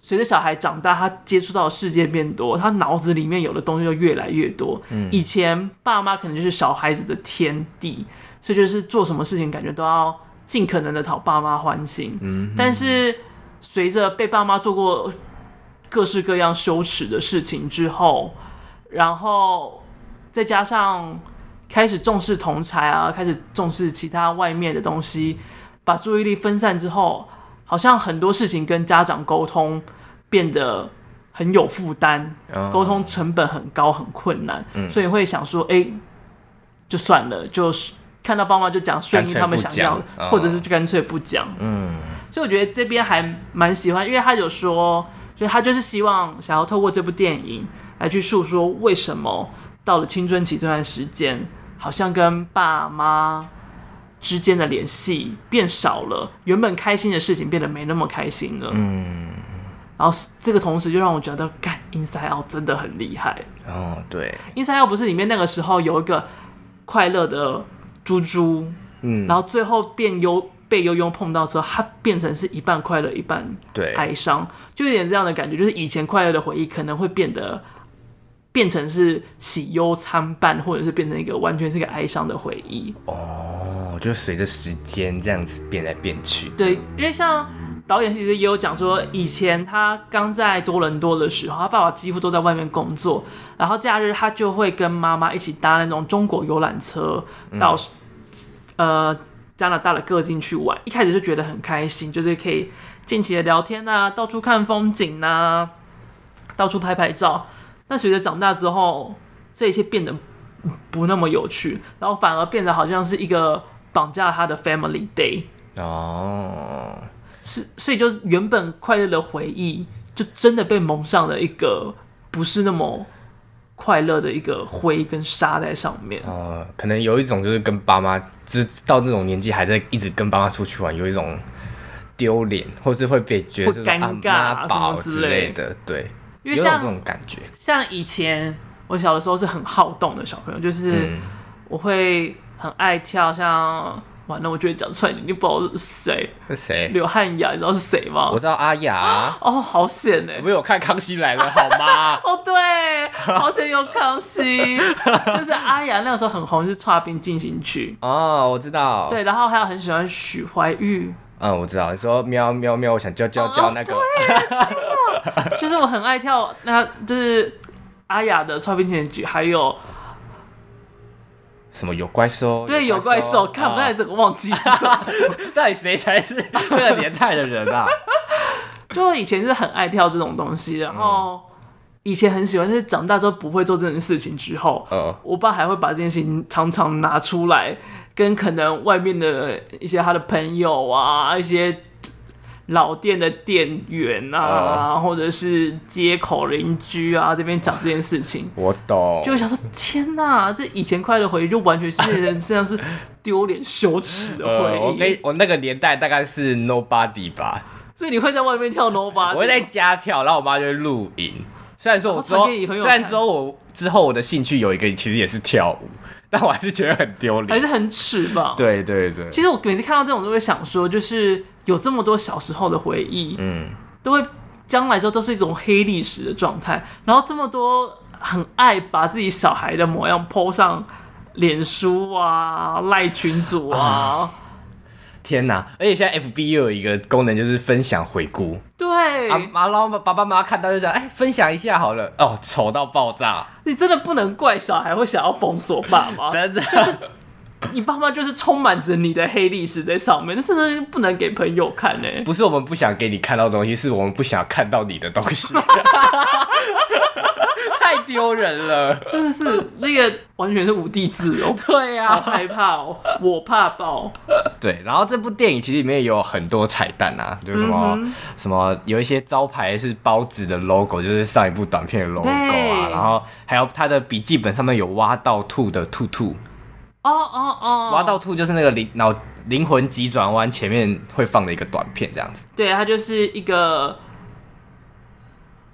随着小孩长大，他接触到的世界变多，他脑子里面有的东西就越来越多。以前爸妈可能就是小孩子的天地，所以就是做什么事情感觉都要尽可能的讨爸妈欢心。但是随着被爸妈做过各式各样羞耻的事情之后，然后再加上开始重视同才啊，开始重视其他外面的东西，把注意力分散之后，好像很多事情跟家长沟通变得很有负担，嗯沟通成本很高，很困难，所以会想说，哎、就算了，就是看到爸妈就讲顺应他们想要干脆不讲哦的，或者是就干脆不讲，嗯，所以我觉得这边还蛮喜欢，因为他有说，就是他就是希望想要透过这部电影来去诉说为什么到了青春期这段时间，好像跟爸妈。之间的联系变少了，原本开心的事情变得没那么开心了。嗯，然后这个同时就让我觉得，干 Inside Out 真的很厉害。哦，对， Inside Out 不是里面那个时候有一个快乐的猪猪，嗯，然后最后变悠被悠悠碰到之后，他变成是一半快乐一半对，哀伤，就有点这样的感觉，就是以前快乐的回忆可能会变得变成是喜忧参半，或者是变成一个完全是一个哀伤的回忆。哦，就随着时间这样子变来变去。对，因为像导演其实也有讲说，以前他刚在多伦多的时候，他爸爸几乎都在外面工作，然后假日他就会跟妈妈一起搭那种中国游览车到、呃加拿大的各地去玩。一开始是觉得很开心，就是可以尽情的聊天啊，到处看风景啊，到处拍拍照。但随着长大之后，这一切变得不那么有趣，然后反而变得好像是一个绑架他的 family day。哦，是，所以就原本快乐的回忆，就真的被蒙上了一个不是那么快乐的一个灰跟沙在上面。呃，可能有一种就是跟爸妈，就是到这种年纪还在一直跟爸妈出去玩，有一种丢脸，或是会被觉得这种会尴尬啊啊妈什么宝之之类类的，对，因为有一种这像种感觉，像以前我小的时候是很好动的小朋友，就是嗯我会很爱跳像完了，我觉得讲出来你一定不知道是谁，是谁？刘汉雅，你知道是谁吗我？知道阿 (gasps) 雅，啊哦，好险哎、？我们有看《康熙来了》好吗 (laughs) 哦，对，好险有康熙，就是阿雅那个时候很红，是《跨冰进行曲哦，我知道。》。，对，然后还有很喜欢许怀玉，嗯，我知道。你说喵喵喵，我想叫叫叫那个，哦就是我很爱跳，那就是阿雅的《跨冰进行曲》，还哦有什么有怪兽？啊哦对有怪兽，看不到到你整个忘记是什么。到底谁才是那个年代的人啊？就我以前是很爱跳这种东西，然后以前很喜欢，但是长大之后不会做这件事情之后，嗯我爸还会把这件事情常常拿出来，跟可能外面的一些他的朋友啊，一些老店的店员啊，嗯或者是街口邻居啊这边讲这件事情。 (laughs) 我懂。就会想说，天哪！这以前快乐回忆就完全是变成这样是丢脸羞耻的回呃，忆。我跟我那个年代大概是 Nobody 吧，所以你会在外面跳 Nova，我会在家跳，然后我妈就会录影。虽然说我之啊哦后，传给你朋友虽看然之后我之后我的兴趣有一个其实也是跳舞，但我还是觉得很丢还脸。是很耻吧？对对对，其实我每次看到这种都会想说，就是有这么多小时候的回忆，嗯，都会将来之后都是一种黑历史的状态。然后这么多很爱把自己小孩的模样 PO 上脸书啊、赖群组啊，天哪！而且现在 FB 又有一个功能，就是分享回顾。对、啊妈，然后爸爸妈妈看到就想，哎、分享一下好了。哦，丑到爆炸，你真的不能怪小孩会想要封锁爸妈，真的。 (laughs) 你爸妈就是充满着你的黑历史在上面，那真的不能给朋友看呢、欸 (laughs) 不是我们不想给你看到的东西，是我们不想看到你的东西。 (laughs) 太丢人了。真的是那个完全是无地自 (laughs) 容，对呀、好害怕哦，我怕爆。对，然后这部电影其实里面也有很多彩蛋啊，就是什么、嗯什么有一些招牌是包子的 logo，就是上一部短片的 logo 啊，对然后还有他的笔记本上面有挖到兔的兔兔，哦哦哦，挖到兔就是那个灵脑灵魂急转弯前面会放的一个短片，这样子，对，他就是一个。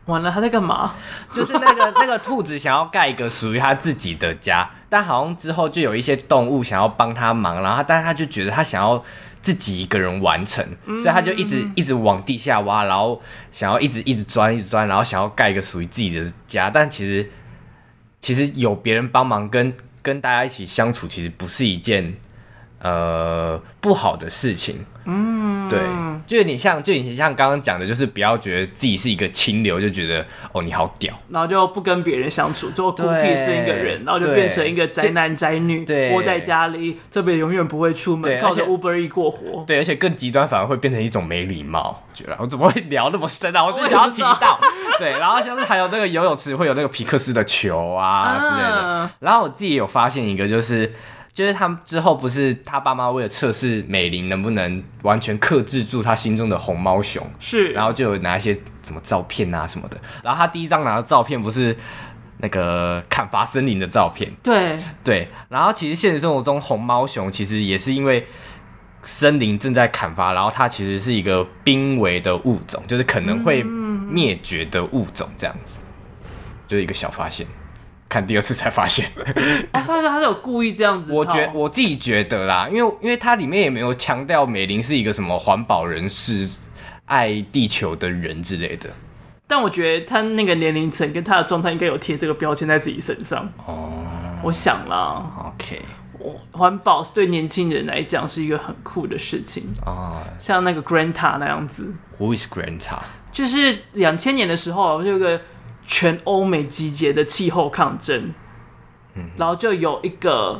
完了，他在干嘛？就是那个那个兔子想要盖一个属于它自己的家，但好像之后就有一些动物想要帮它忙，然后它但是它就觉得它想要自己一个人完成，所以它就一直一直往地下挖，然后想要一直一直钻一直钻，然后想要盖一个属于自己的家，但其实其实有别人帮忙跟跟大家一起相处，其实不是一件呃不好的事情。嗯，对，就有点像，就有点像刚刚讲的，就是不要觉得自己是一个清流，就觉得哦你好屌。然后就不跟别人相处，最后孤对僻是一个人，然后就变成一个宅男宅女，对窝在家里，特别永远不会出对门，靠而着且 Uber E 过活。对，而且更极端反而会变成一种没礼貌。觉得我怎么会聊那么深啊？我只是我也想要不提知道到。对，然后像是还有那个游泳池会有那个皮克斯的球啊之类的嗯。然后我自己有发现一个，就是就是他们之后不是他爸妈为了测试美玲能不能完全克制住他心中的红毛熊，是，然后就有拿一些什么照片啊什么的。然后他第一张拿的照片不是那个砍伐森林的照片，对，对，然后其实现实生活中，红毛熊其实也是因为森林正在砍伐，然后它其实是一个濒危的物种，就是可能会灭绝的物种，这样子，就是一个小发现。看第二次才发现，哦，所以他是有故意这样子套。我觉我自己觉得啦，因为因为它里面也没有强调美玲是一个什么环保人士、爱地球的人之类的。但我觉得他那个年龄层跟他的状态应该有贴这个标签在自己身上。哦，我想啦， OK，我环保是对年轻人来讲是一个很酷的事情，啊、像那个 Granta 那样子。 w h o is Grandpa？就是两千年的时候，啊就有一个全欧美集结的气候抗争，嗯然后就有一个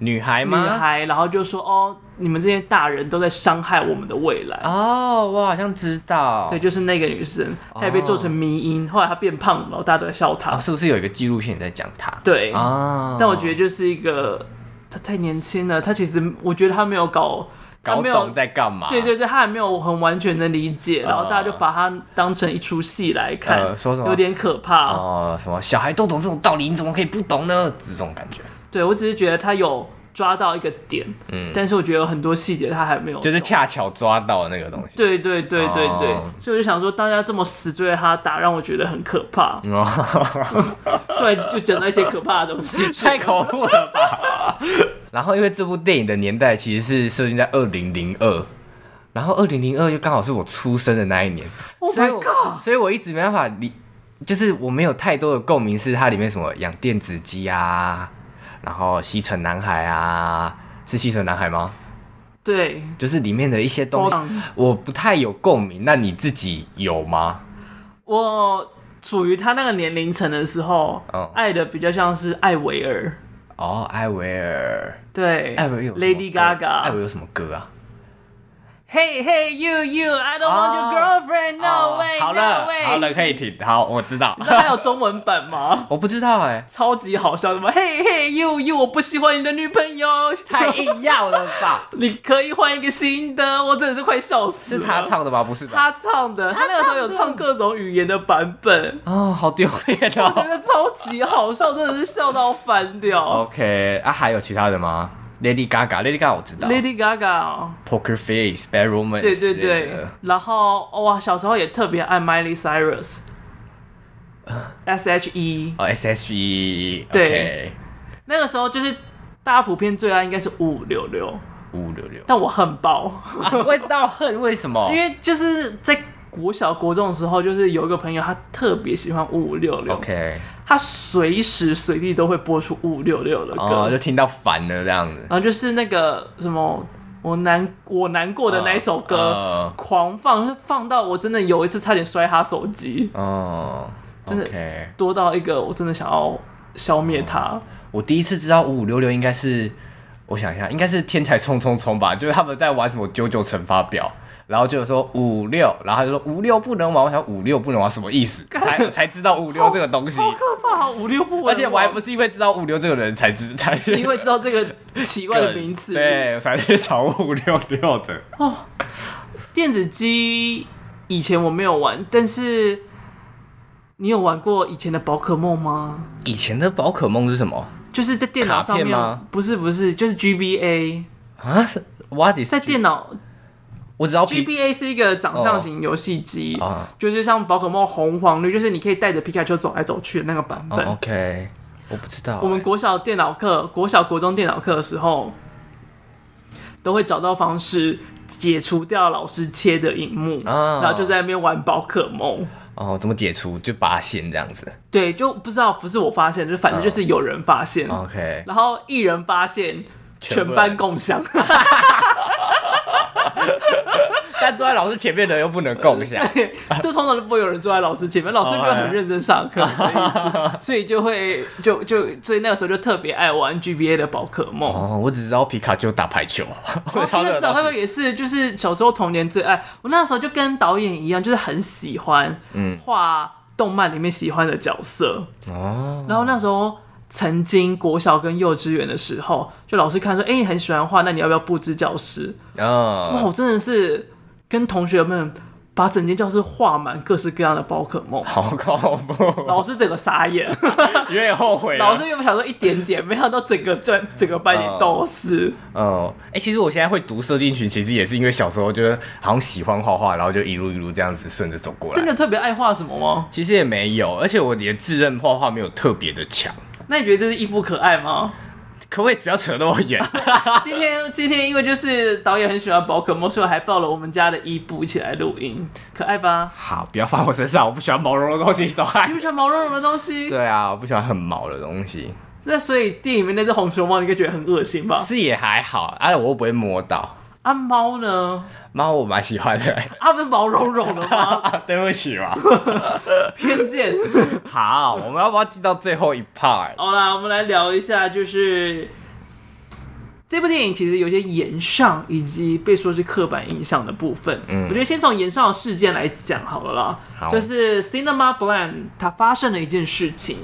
女孩女吗？孩，然后就说：“哦，你们这些大人都在伤害我们的未来。哦，我好像知道。对，就是那个女生，她也哦被做成迷因，后来她变胖了，然后大家都在笑啊，她。是不是有一个纪录片也在讲他？对，啊，但我觉得就是一个她太年轻了，她其实我觉得她没有搞，她搞没有懂在干嘛？对对对，他还没有很完全的理解，然后大家就把它当成一出戏来看，哦呃说什么有点可怕。哦，什么小孩都懂这种道理，你怎么可以不懂呢？这种感觉，对我只是觉得他有抓到一个点，嗯，但是我觉得有很多细节他还没有懂，就是恰巧抓到那个东西。对对对对对，哦所以我就想说，大家这么死追着他打，让我觉得很可怕。哦，，(laughs) 对，就讲到一些可怕的东西太恐怖了吧！ (laughs) 然后因为这部电影的年代其实是设定在二零零二，然后二零零二又刚好是我出生的那一年 Oh 所以 my (laughs) 我 god！所以我一直没办法理，就是我没有太多的共鸣，是它里面什么养电子鸡啊，然后西城男孩啊，是西城男孩吗？对，就是里面的一些东西，我我不太有共鸣。那你自己有吗？我处于他那个年龄层的时候哦爱的比较像是艾维尔，哦，艾维尔，对，艾维尔有什么 Lady 歌 Gaga 艾维尔有什么歌啊？ Hey, hey, you, you, I don't want your 哦 girlfriend, no 哦 way, 好 no 了，好 way。了，可以停。好，我知道？你。知道还有中文版吗 (laughs) 我不知道哎、超级好笑，什么 Hey, hey, you, you，我不喜欢你的女朋友，太硬要了吧？你可以换一个新的，我真的是快笑死 (laughs) 是了。他，唱的吧？不是吧？他唱的，他那个时候有唱各种语言的版本，哦，好丢脸我觉 (laughs) 哦。得超级好笑，真的是笑到翻掉。 OK，啊，还有其他的吗？Lady Gaga，Lady Gaga 我知道 Lady Gaga，哦 Poker Face、Bad Romance，呃对对之类对的，然后哇，小时候也特别爱 Miley (laughs) Cyrus，S H E。哦，S.H.E，对，那个时候就是大家普遍最爱应该是五五六六，五五六 (laughs) 六，但我恨爆，味道恨为什么因为就是在国小国中的时候，就是有一个朋友他特别喜欢五五六六 (laughs) ？OK，他随时随地都会播出五五六六的歌，哦，就听到烦了这样子。然后就是那个什么。我难我难过的那一首歌哦哦狂放放到我真的有一次差点摔他手机，哦真的，OK，多到一个我真的想要消灭哦他。我第一次知道五五六六应该是，我想一下，应该是《天才冲冲冲》吧，就是他们在玩什么九九乘法表，然后就说五六，然后他就说五六不能玩，我想五六不能玩什么意思？才才知道五六这个东西，好可怕，五六不为而且我还不王是因为知道五六这个人才知才是因为知道这 (laughs) 个奇怪的名词，对，我才去找五六六的。哦，电子机以前我没有玩，但是你有玩过以前的宝可梦吗？以前的宝可梦是什么就是在电脑上面卡片吗不是不是，就是 GBA，啊是？What is？在电脑我只要 P GBA 是一个掌上型游戏机，啊就是像宝可梦红黄绿，就是你可以带着皮卡丘走来走去的那个版哦本。 ，OK，我不知道欸。我们国小电脑课、国小国中电脑课的时候，都会找到方式解除掉老师切的荧幕，啊然后就在那边玩宝可梦。哦怎么解除就拔线这样子对，就不知道不是我发现，就反正哦就是有人发现， ？OK，然后一人发现，哦全部全人班共享。 (laughs) 但坐在老师前面的又不能共享。就通常就不会有人坐在老师前面，哦老师哎没有很认真上课的 (laughs) 意思，所以就会就就所以那个时候就特别爱玩 GBA 的宝可梦。 (laughs) 哦，我只知道皮卡丘打排球， (laughs) 我我超热的导闹。哦演也是，就是小时候童年最爱。我那时候就跟导演一样，就是很喜欢，嗯，画动漫里面喜欢的角色。哦，然后那时候曾经国小跟幼稚园的时候，就老师看说，哎、你很喜欢画，那你要不要布置教室？哇，哦，我真的是跟同学们把整间教室画满各式各样的宝可 (laughs) 梦。好恐怖，老师整个傻眼， (laughs) 有点后悔啊了。老师原本想说一点点，没想到整个整整个班里都是。哦，哎、其实我现在会读设计群，其实也是因为小时候就是好像喜欢画画，然后就一路一路这样子顺着走过真来。的特别爱画什么吗？其实也没有，而且我也自认画画没有特别的强。那你觉得这是一不可爱吗？可不可以不要扯那么 (laughs) 远？今天今天因为就是导演很喜欢宝可梦，所以我还抱了我们家的伊布一起来录音，可爱吧？好，不要放我身上，我不喜欢毛茸茸的东西，走开你。不喜欢毛茸茸的东西？对啊，我不喜欢很毛的东西。那所以电影里面那只红熊猫，你应该觉得很恶心吧？ (laughs) 是也还好，啊，我又不会摸到。啊，猫呢？猫我蛮喜欢的、 (laughs) 啊，不是毛茸茸的吗？啊对不起嘛。偏见。 (laughs) 好，我们要不要进到最后一 part？好啦，我们来聊一下，就是这部电影其实有些言上以及被说是刻板印象的部分。嗯，我觉得先从言上的事件来讲好了啦。好就是 Cinema Blend 它发生了一件事情，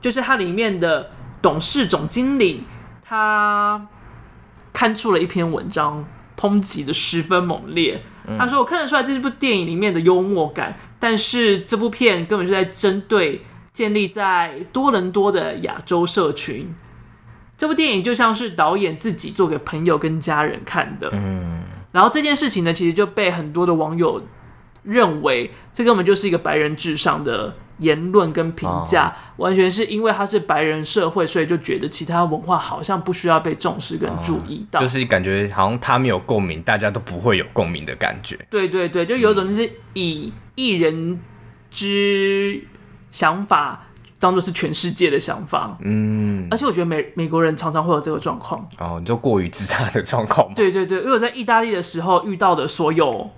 就是它里面的董事总经理他刊出了一篇文章，抨击的十分猛烈。他说：“我看得出来这部电影里面的幽默感，但是这部片根本是在针对建立在多伦多的亚洲社群。这部电影就像是导演自己做给朋友跟家人看的。嗯，然后这件事情呢，其实就被很多的网友认为这根本就是一个白人至上的言论跟评价，哦完全是因为他是白人社会，所以就觉得其他文化好像不需要被重视跟注意到。哦就是感觉好像他没有共鸣，大家都不会有共鸣的感觉。对对对，就有一种就是以一人之想法当做是全世界的想法，嗯，而且我觉得美美国人常常会有这个状况。哦，你就过于自大的状况嘛。对对对，因为我在意大利的时候遇到的所有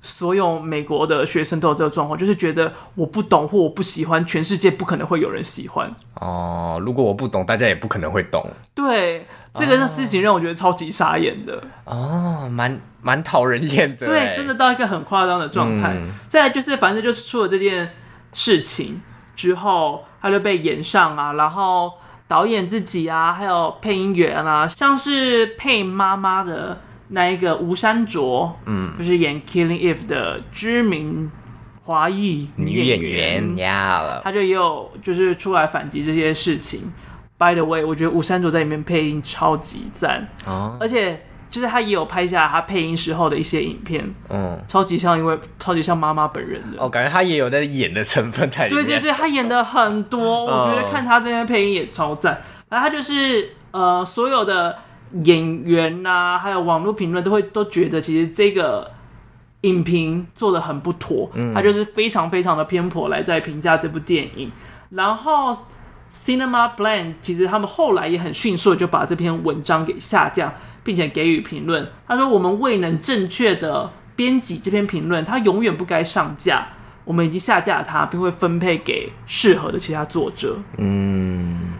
所有美国的学生都有这个状况，就是觉得我不懂或我不喜欢，全世界不可能会有人喜欢。哦，如果我不懂，大家也不可能会懂。对，这个事情让我觉得超级傻眼的。哦，蛮蛮讨人厌的。对，真的。到一个很夸张的状态。嗯再来就是，反正就是出了这件事情之后，他就被延上啊，然后导演自己啊，还有配音员啊，像是配妈妈的那一个吴山卓，嗯，就是演《Killing Eve》的知名华裔女演演员呀了。他就也有就是出来反击这些事情。By the way，我觉得吴山卓在里面配音超级赞，哦，而且就是他也有拍下他配音时候的一些影片，嗯，超级像，因为超级像妈妈本人的。哦，感觉他也有在演的成分在里对面。嗯对对，他演的很多，我觉得看他这边配音也超赞。然后他就是呃，所有的演员呐、还有网络评论都会都觉得，其实这个影评做的很不妥，嗯他就是非常非常的偏颇来在评价这部电影。然后 Cinema Blend 其实他们后来也很迅速地就把这篇文章给下架，并且给予评论。他说：“我们未能正确的编辑这篇评论，它永远不该上架。我们已经下架它，并会分配给适合的其他作者。”嗯，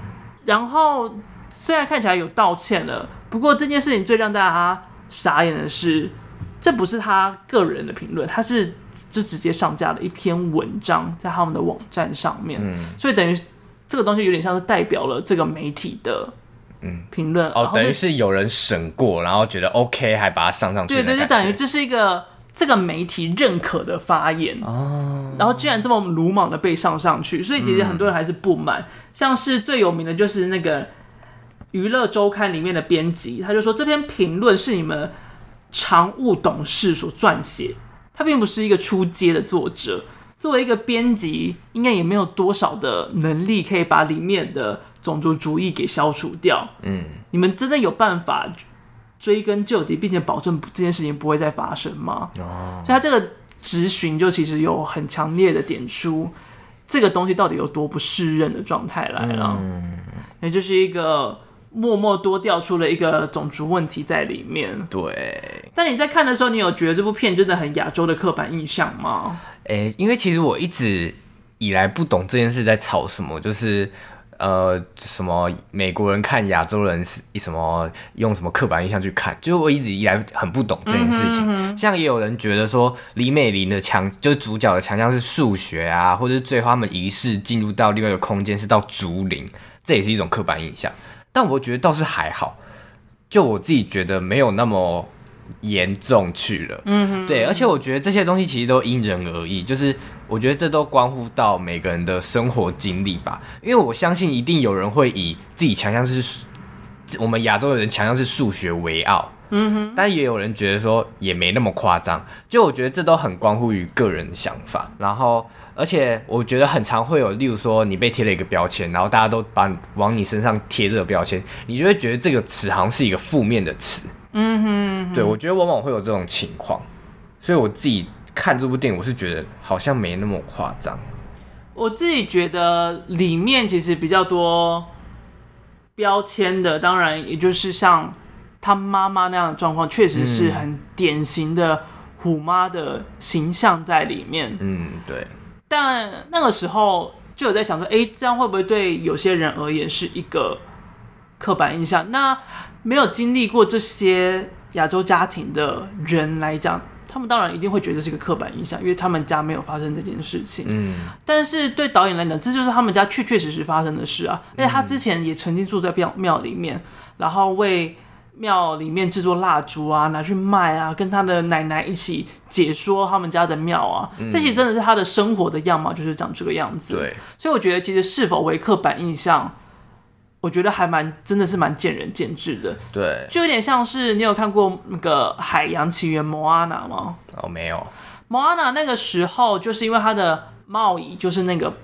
然后虽然看起来有道歉了，不过这件事情最让大家傻眼的是，这不是他个人的评论，他是就直接上架了一篇文章在他们的网站上面，嗯所以等于这个东西有点像是代表了这个媒体的评论，然哦，后等于就是有人审过，然后觉得 OK，还把它上上去对的对，感觉。就等于这是一个这个媒体认可的发言哦然后居然这么鲁莽的被上上去，所以其实很多人还是不满。像是最有名的就是那个《娱乐周刊》里面的编辑，他就说这篇评论是你们常务董事所撰写，他并不是一个出街的作者。作为一个编辑，应该也没有多少的能力可以把里面的种族主义给消除掉。嗯，你们真的有办法追根究底，并且保证这件事情不会再发生吗？所以他这个质询就其实有很强烈的点出这个东西到底有多不适任的状态来了，也就是一个默默多调出了一个种族问题在里面。对。但你在看的时候，你有觉得这部片真的很亚洲的刻板印象吗？诶、因为其实我一直以来不懂这件事在吵什么，就是呃，什么美国人看亚洲人是什么用什么刻板印象去看，就是我一直以来很不懂这件事情。像也有人觉得说李美玲的强，就是主角的强项是数学啊，或者是最后他们仪式进入到另外一个空间是到竹林，这也是一种刻板印象。但我觉得倒是还好，就我自己觉得没有那么严重去了。嗯哼，对，而且我觉得这些东西其实都因人而异，就是我觉得这都关乎到每个人的生活经历吧。因为我相信一定有人会以自己强项是数我们亚洲人强项是数学为傲。嗯哼，但也有人觉得说也没那么夸张，就我觉得这都很关乎于个人想法。然后，而且我觉得很常会有，例如说你被贴了一个标签，然后大家都把你往你身上贴这个标签，你就会觉得这个词好像是一个负面的词。对，我觉得往往会有这种情况，所以我自己看这部电影，我是觉得好像没那么夸张。我自己觉得里面其实比较多标签的，当然也就是像他妈妈那样的状况，确实是很典型的虎妈的形象在里面。嗯，对，但那个时候就有在想说，诶，这样会不会对有些人而言是一个刻板印象？那没有经历过这些亚洲家庭的人来讲，他们当然一定会觉得这是一个刻板印象，因为他们家没有发生这件事情。嗯，但是对导演来讲，这就是他们家确确实实发生的事啊。而且他之前也曾经住在庙庙里面，然后为庙里面制作蜡烛啊，拿去卖啊，跟他的奶奶一起解说他们家的庙啊，这些真的是他的生活的样貌，就是长这个样子。，对，所以我觉得其实是否为刻板印象，我觉得还蛮真的是蛮见仁见智的，对，就有点像是你有看过那个《海洋奇缘》摩阿娜吗？哦，没有， Moana 那个时候就是因为他的贸易就是那个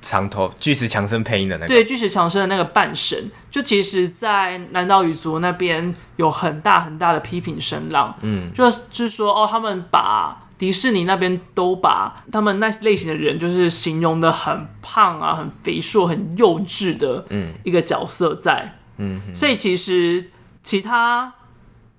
长头巨石强森配音的那个，对巨石强森的那个半神，就其实，在南岛语族那边有很大很大的批评声浪，嗯，就是就是说哦，他们把迪士尼那边都把他们那类型的人，就是形容的很胖啊、很肥硕、很幼稚的，嗯，一个角色在，嗯，所以其实其他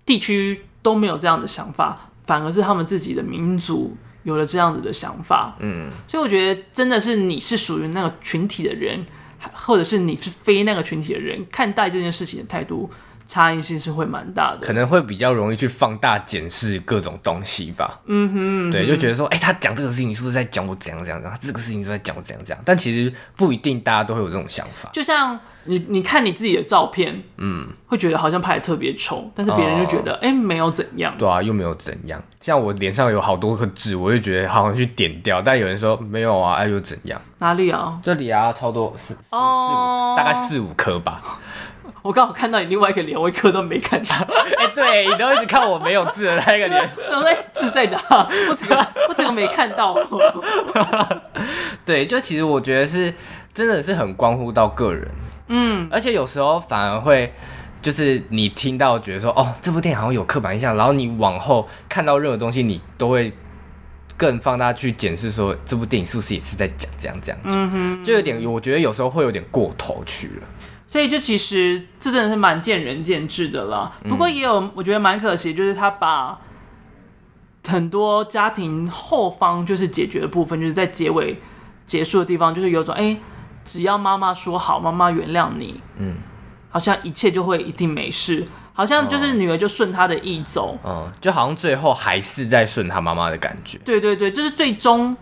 地区都没有这样的想法，反而是他们自己的民族有了这样子的想法，嗯，所以我觉得真的是你是属于那个群体的人，或者是你是非那个群体的人，看待这件事情的态度差异性是会蛮大的可。能会比较容易去放大检视各种东西吧。嗯哼对，就觉得说，哎、他讲这个事情是不是在讲我怎样怎样怎样？他这个事情是不是在讲我怎样怎样？但其实不一定大家都会有这种想法。就像你你看你自己的照片，嗯，会觉得好像拍的特别丑，但是别人就觉得哎、诶没有怎样。对啊，又没有怎样。像我脸上有好多颗痣，我就觉得好像去点掉，但有人说没有啊，哎、又怎样？哪里啊？这里啊，超多四四四哦五，大概四五颗吧。我刚好看到你另外一个脸，我一颗都没看到。 (laughs) 哎、对，你都一直看我没有痣的那个脸。然后在痣在哪？我怎么我怎么没看到？ (laughs) 对，就其实我觉得是真的是很关乎到个人，嗯，而且有时候反而会就是你听到觉得说哦，这部电影好像有刻板印象，然后你往后看到任何东西，你都会更放大去检视说这部电影是不是也是在讲这样这样，嗯哼，就有点我觉得有时候会有点过头去了，所以就其实这真的是蛮见仁见智的啦。不过也有我觉得蛮可惜，就是他把很多家庭后方就是解决的部分，就是在结尾结束的地方，就是有种哎、只要妈妈说好，妈妈原谅你，嗯，好像一切就会一定没事，好像就是女儿就顺她的意走。嗯，就好像最后还是在顺他妈妈的感觉，对对对，就是最终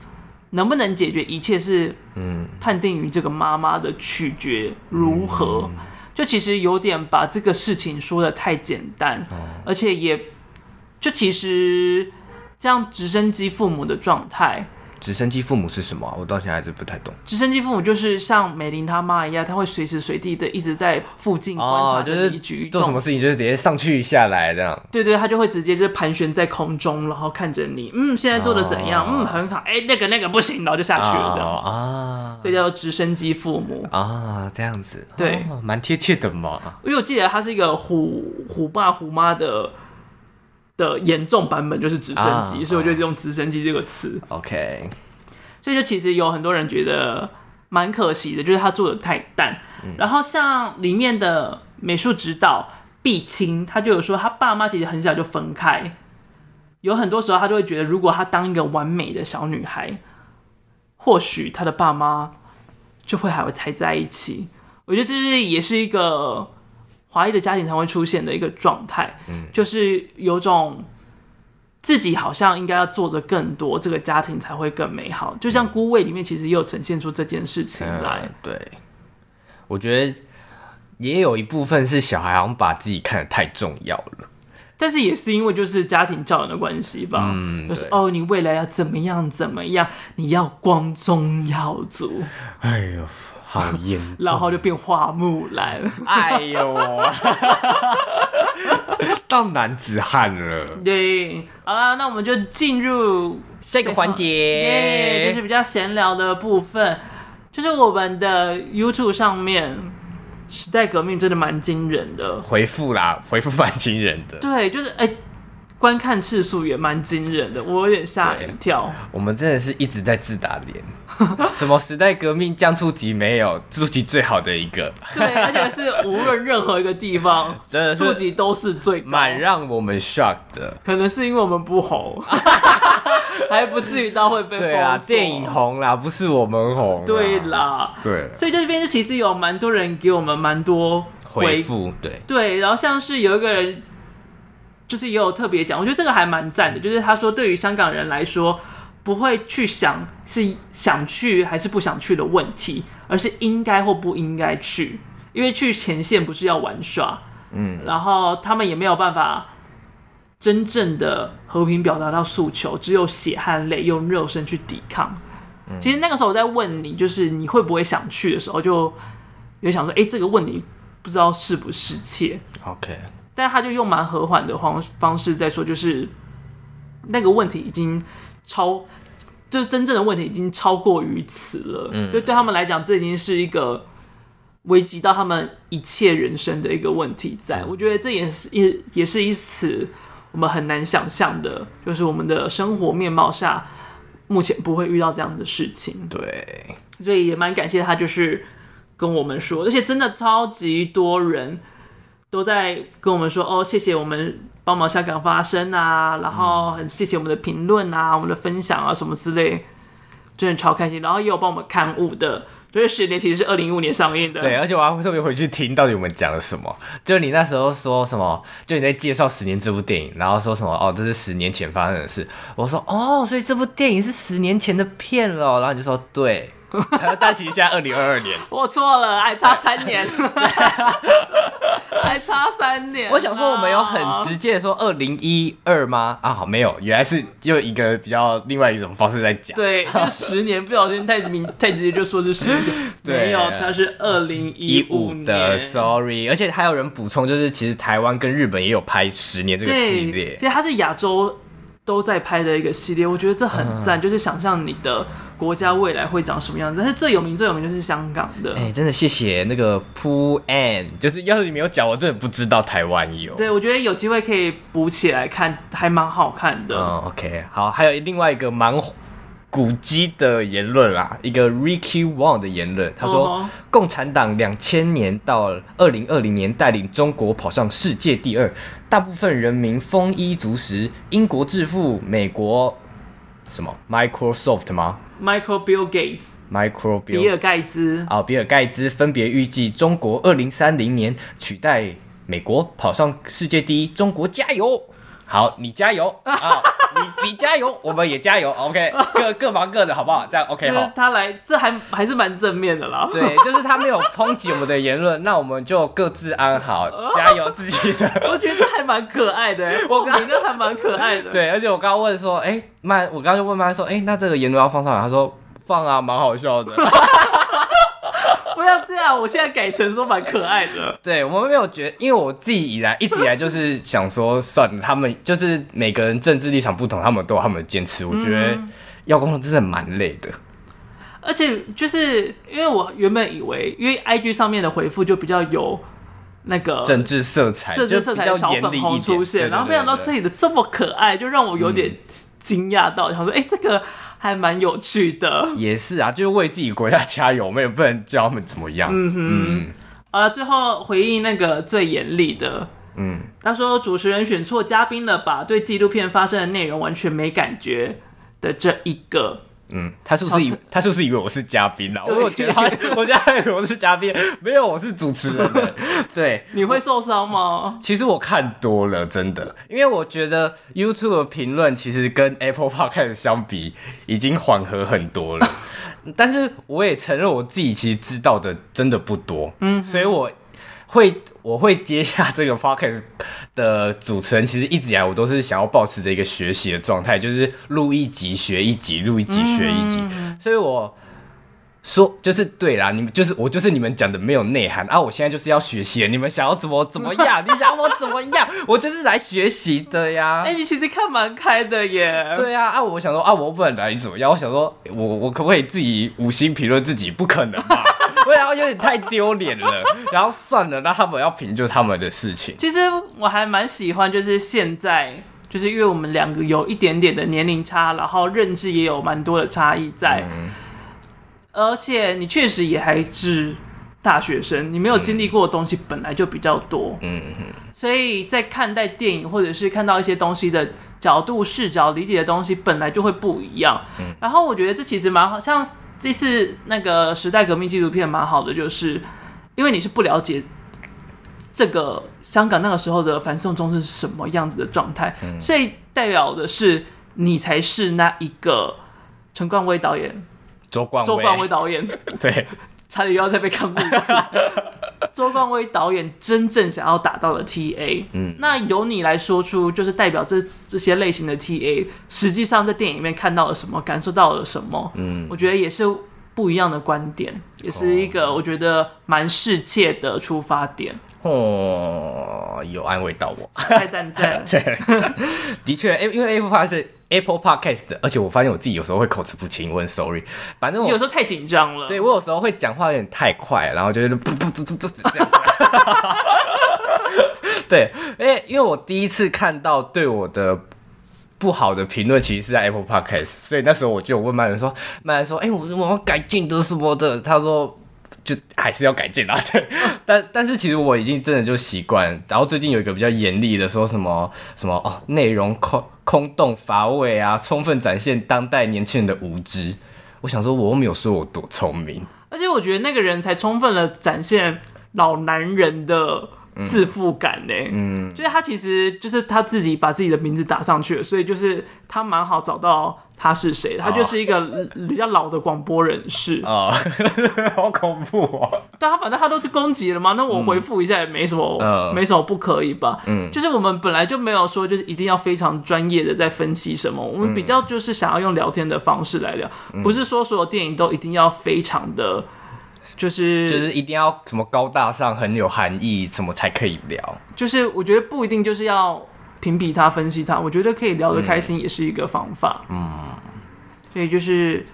能不能解决一切是，嗯，判定于这个妈妈的取决如何。嗯就其实有点把这个事情说的太简单，哦而且也就其实这样直升机父母的状态，直升机父母是什么啊、我到现在还是不太懂。直升机父母就是像美玲她妈一样，她会随时随地的一直在附近观察哦就着是你一举一做动，什么事情就是直接上去下来这样，对对，他就会直接就盘旋在空中，然后看着你，嗯，现在做的怎样？哦嗯，很好，哎、那个那个不行，然后就下去了这样。啊所以叫做直升机父母。啊，这样子，对哦蛮、贴切的嘛。因为我记得它是一个虎虎爸虎妈的的严重版本，就是直升机，啊所以我就用直升机这个词。 OK，所以就其实有很多人觉得蛮可惜的，就是他做的太淡。然后像里面的美术指导毕青，他就有说他爸妈其实很小就分开，有很多时候他就会觉得，如果他当一个完美的小女孩，或许他的爸妈就会还会还在一起。我觉得这是也是一个华裔的家庭才会出现的一个状态，就是有种自己好像应该要做的更多，这个家庭才会更美好。就像《孤味》里面，其实也有呈现出这件事情来嗯。对，我觉得也有一部分是小孩好像把自己看得太重要了。但是也是因为就是家庭教养的关系吧，嗯就是对哦，你未来要怎么样怎么样，你要光宗耀祖，哎呦，好 (laughs) 严然后就变花木 (laughs) 兰。哎 (laughs) 呦，当男子汉了。对，好啦，那我们就进入下一个环耶，节就是比较闲聊的部分，就是我们的 YouTube 上面时代革命真的蛮惊人的，回复啦，回复蛮惊人的。对，就是哎、观看次数也蛮惊人的，我有点吓一跳。我们真的是一直在自打脸， (laughs) 什么时代革命将出集没有，出集最好的一个，对，而且是无论任何一个地 (laughs) 方，真的触是及都是最高。蛮让我们 shock 的。可能是因为我们不 (laughs) 红，还不至于到会被对封啊，锁电影。红啦，不是我们红。对，啦，对，所以这边就其实有蛮多人给我们蛮多回复对，对，然后像是有一个人，就是也有特别讲，我觉得这个还蛮赞的，就是他说对于香港人来说，不会去想是想去还是不想去的问题，而是应该或不应该去，因为去前线不是要玩耍，嗯，然后他们也没有办法。真正的和平表达到诉求，只有血和泪，用肉身去抵抗。其实那个时候我在问你，就是你会不会想去的时候，就有想说，哎、这个问你不知道是不是切， OK，但他就用蛮和缓的方方式在说，就是那个问题已经超，就是真正的问题已经超过于此了。嗯，就对他们来讲，这已经是一个危及到他们一切人生的一个问题在。我觉得这也是也也是一次我们很难想象的，就是我们的生活面貌下，目前不会遇到这样的事情。对，所以也蛮感谢他，就是跟我们说，而且真的超级多人都在跟我们说，哦，谢谢我们帮忙香港发声啊，然后很谢谢我们的评论啊，我们的分享啊什么之类，真的超开心。然后也有帮我们刊物的，就是十年其实是二零一五年上映的，对，，而且我还会特别回去听到底我们讲了什么。就你那时候说什么，就你在介绍《十年》这部电影，然后说什么哦，这是十年前发生的事。我说哦，所以这部电影是十年前的片了哦。然后你就说 (laughs) 对，然后但其实现在二零二二年。我错了，还差三年，还差三年。我想说，我们有哦很直接地说二零一二吗？啊，没有，原来是用一个比较另外一种方式在讲。对，就是十年，不小心太明太直接就说是十年， (laughs) 对没有，它是二零一啊五五的，sorry，而且还有人补充，就是其实台湾跟日本也有拍《十年》这个对，系列其，实它是亚洲都在拍的一个系列，我觉得这很嗯赞，就是想象你的国家未来会长什么样子。但是最有名最有名就是香港的，哎、真的谢谢那个 Poo An，就是要是你没有讲，我真的不知道台湾有。对我觉得有机会可以补起来看，还蛮好看的。嗯，OK，好，还有另外一个蛮古迹的言论啦，一个 Ricky Wong 的言论，他说、哦共产党两千年到二零二零年带领中国跑上世界第二，大部分人民丰衣足食，英国致富，美国什么 Microsoft 吗 Michael Bill Gates， ？Micro 比尔盖茨，啊，比尔盖茨分别预计中国二零三零年取代美国，跑上世界第一。中国加油！好，你加油啊！你你加油，我们也加油。OK，各各忙各的，好不好？这样 OK 就是好。他来，这还还是蛮正面的啦。 (laughs) 对，就是他没有抨击我们的言论，那我们就各自安好，加油自己的。 (laughs) (laughs) 我觉得还蛮可爱的、欸，我觉得还蛮可爱的。 (laughs) 对，而且我刚刚问说，哎、曼，我刚刚就问曼说，哎、那这个言论要放上来？他说放啊，蛮好笑的。不要这样，我现在改成说蛮可爱的。对，我们没有觉因为我自己以来一直以来就是想说，算了，他们就是每个人政治立场不同，他们都有他们的坚持。我觉得嗯要工作真的蛮累的。而且就是因为我原本以为，因为 IG 上面的回复就比较有那个政治色彩，政治色彩的就比小较严粉厉红一点嗯出现，然后没想到这，里的这么可爱，就让我有点惊讶到，想说哎、诶这个还蛮有趣的。对对对对也是啊，就是为自己国家加油，我们也不能叫他们怎么样。嗯哼，好了，最后回应那个最严厉的，嗯他说主持人选错嘉宾了吧？对纪录片发生的内容完全没感觉的这一个，嗯，他是不是以超他是不是以为我是嘉宾啊？对我觉得他，我觉得他以为我是嘉宾，没有，我是主持人 (laughs) 的。对，你会受伤 (laughs) 吗？其实我看多了，真的，因为我觉得 YouTube 的评论其实跟 Apple Podcast 相比，已经缓和很多了。但是我也承认我自己其实知道的真的不多，嗯，所以我会我会接下这个 Podcast 的主持人，其实一直以来我都是想要保持着一个学习的状态，就是录一集学一集，录一集学一集，所以我。说就是对啦，你们就是我就是你们讲的没有内涵啊！我现在就是要学习了，你们想要怎么怎么样？你想我怎么样？我就是来学习的呀。哎、你其实看蛮开的耶。对啊，啊，我想说啊，我本来怎么样？我想说我我可不可以自己五星评论自己？不可能吧？ (laughs) 对啊，有点太丢脸了。然后算了，那他们要评就他们的事情。其实我还蛮喜欢，就是现在，就是因为我们两个有一点点的年龄差，然后认知也有蛮多的差异在，而且你确实也还是大学生，你没有经历过的东西本来就比较多，嗯所以在看待电影或者是看到一些东西的角度、视角、理解的东西本来就会不一样，嗯，然后我觉得这其实蛮好，像这次那个时代革命纪录片蛮好的，就是因为你是不了解这个香港那个时候的反送中是什么样子的状态，所以代表的是你才是那一个陈冠威导演、周冠周威，冠威导演，对，差点又要再被看过一次。周冠威导演真正想要打到的 TA，嗯，那由你来说出，就是代表这这些类型的 TA，实际上在电影里面看到了什么，感受到了什么，嗯，我觉得也是不一样的观点，也是一个我觉得蛮世界的出发点。哦，有安慰到我。，太赞赞对，的确，因为因为 Apple Podcast 是 Apple Podcast 的，而且我发现我自己有时候会口齿不清，我很 sorry。反正你我有时候太紧张了。对我有时候会讲话有点太快，然后就是噗噗噗噗噗这样。 (laughs) 对，因为因为我第一次看到对我的不好的评论，其实是在 Apple Podcast，所以那时候我就有问曼人说，曼人说，哎、我我要改进的什么的，他说。就还是要改进啦， (laughs) 对，但但是其实我已经真的就习惯，然后最近有一个比较严厉的，说什么什么哦，内容空空洞乏味啊，充分展现当代年轻人的无知。我想说，我又没有说我多聪明，而且我觉得那个人才充分的展现老男人的自负感呢、嗯，就是他其实就是他自己把自己的名字打上去了，所以就是他蛮好找到他是谁，他就是一个比较老的广播人士。哦， (laughs) 好恐怖哦！但啊他反正他都是攻击了嘛，那我回复一下也没什么，嗯没什么不可以吧？嗯，就是我们本来就没有说就是一定要非常专业的在分析什么，我们比较就是想要用聊天的方式来聊，不是说所有电影都一定要非常的，就是就是一定要什么高大上、很有含义，什么才可以聊。就是我觉得不一定就是要评比他、分析他，我觉得可以聊得开心也是一个方法。嗯，所以就是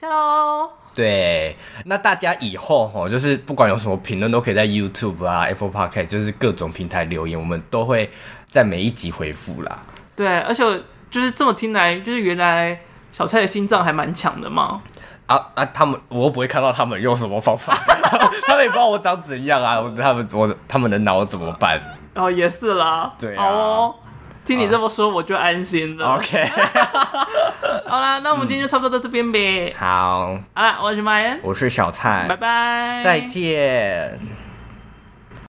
下喽，对，那大家以后吼，就是不管有什么评论，都可以在 YouTube 啊、Apple Podcast，就是各种平台留言，我们都会在每一集回复啦。对，而且我就是这么听来，就是原来小蔡的心脏还蛮强的嘛。啊啊！他们我又不会看到他们用什么方法， (laughs) 他们也不知道我长怎样啊，我他们我他们的脑怎么办哦，也是啦，对啊哦好哦。听你这么说，我就安心了。 ？OK，好啦，那我们今天嗯就差不多到这边呗。好，好啦，我是马恩，我是小蔡，拜拜，再见。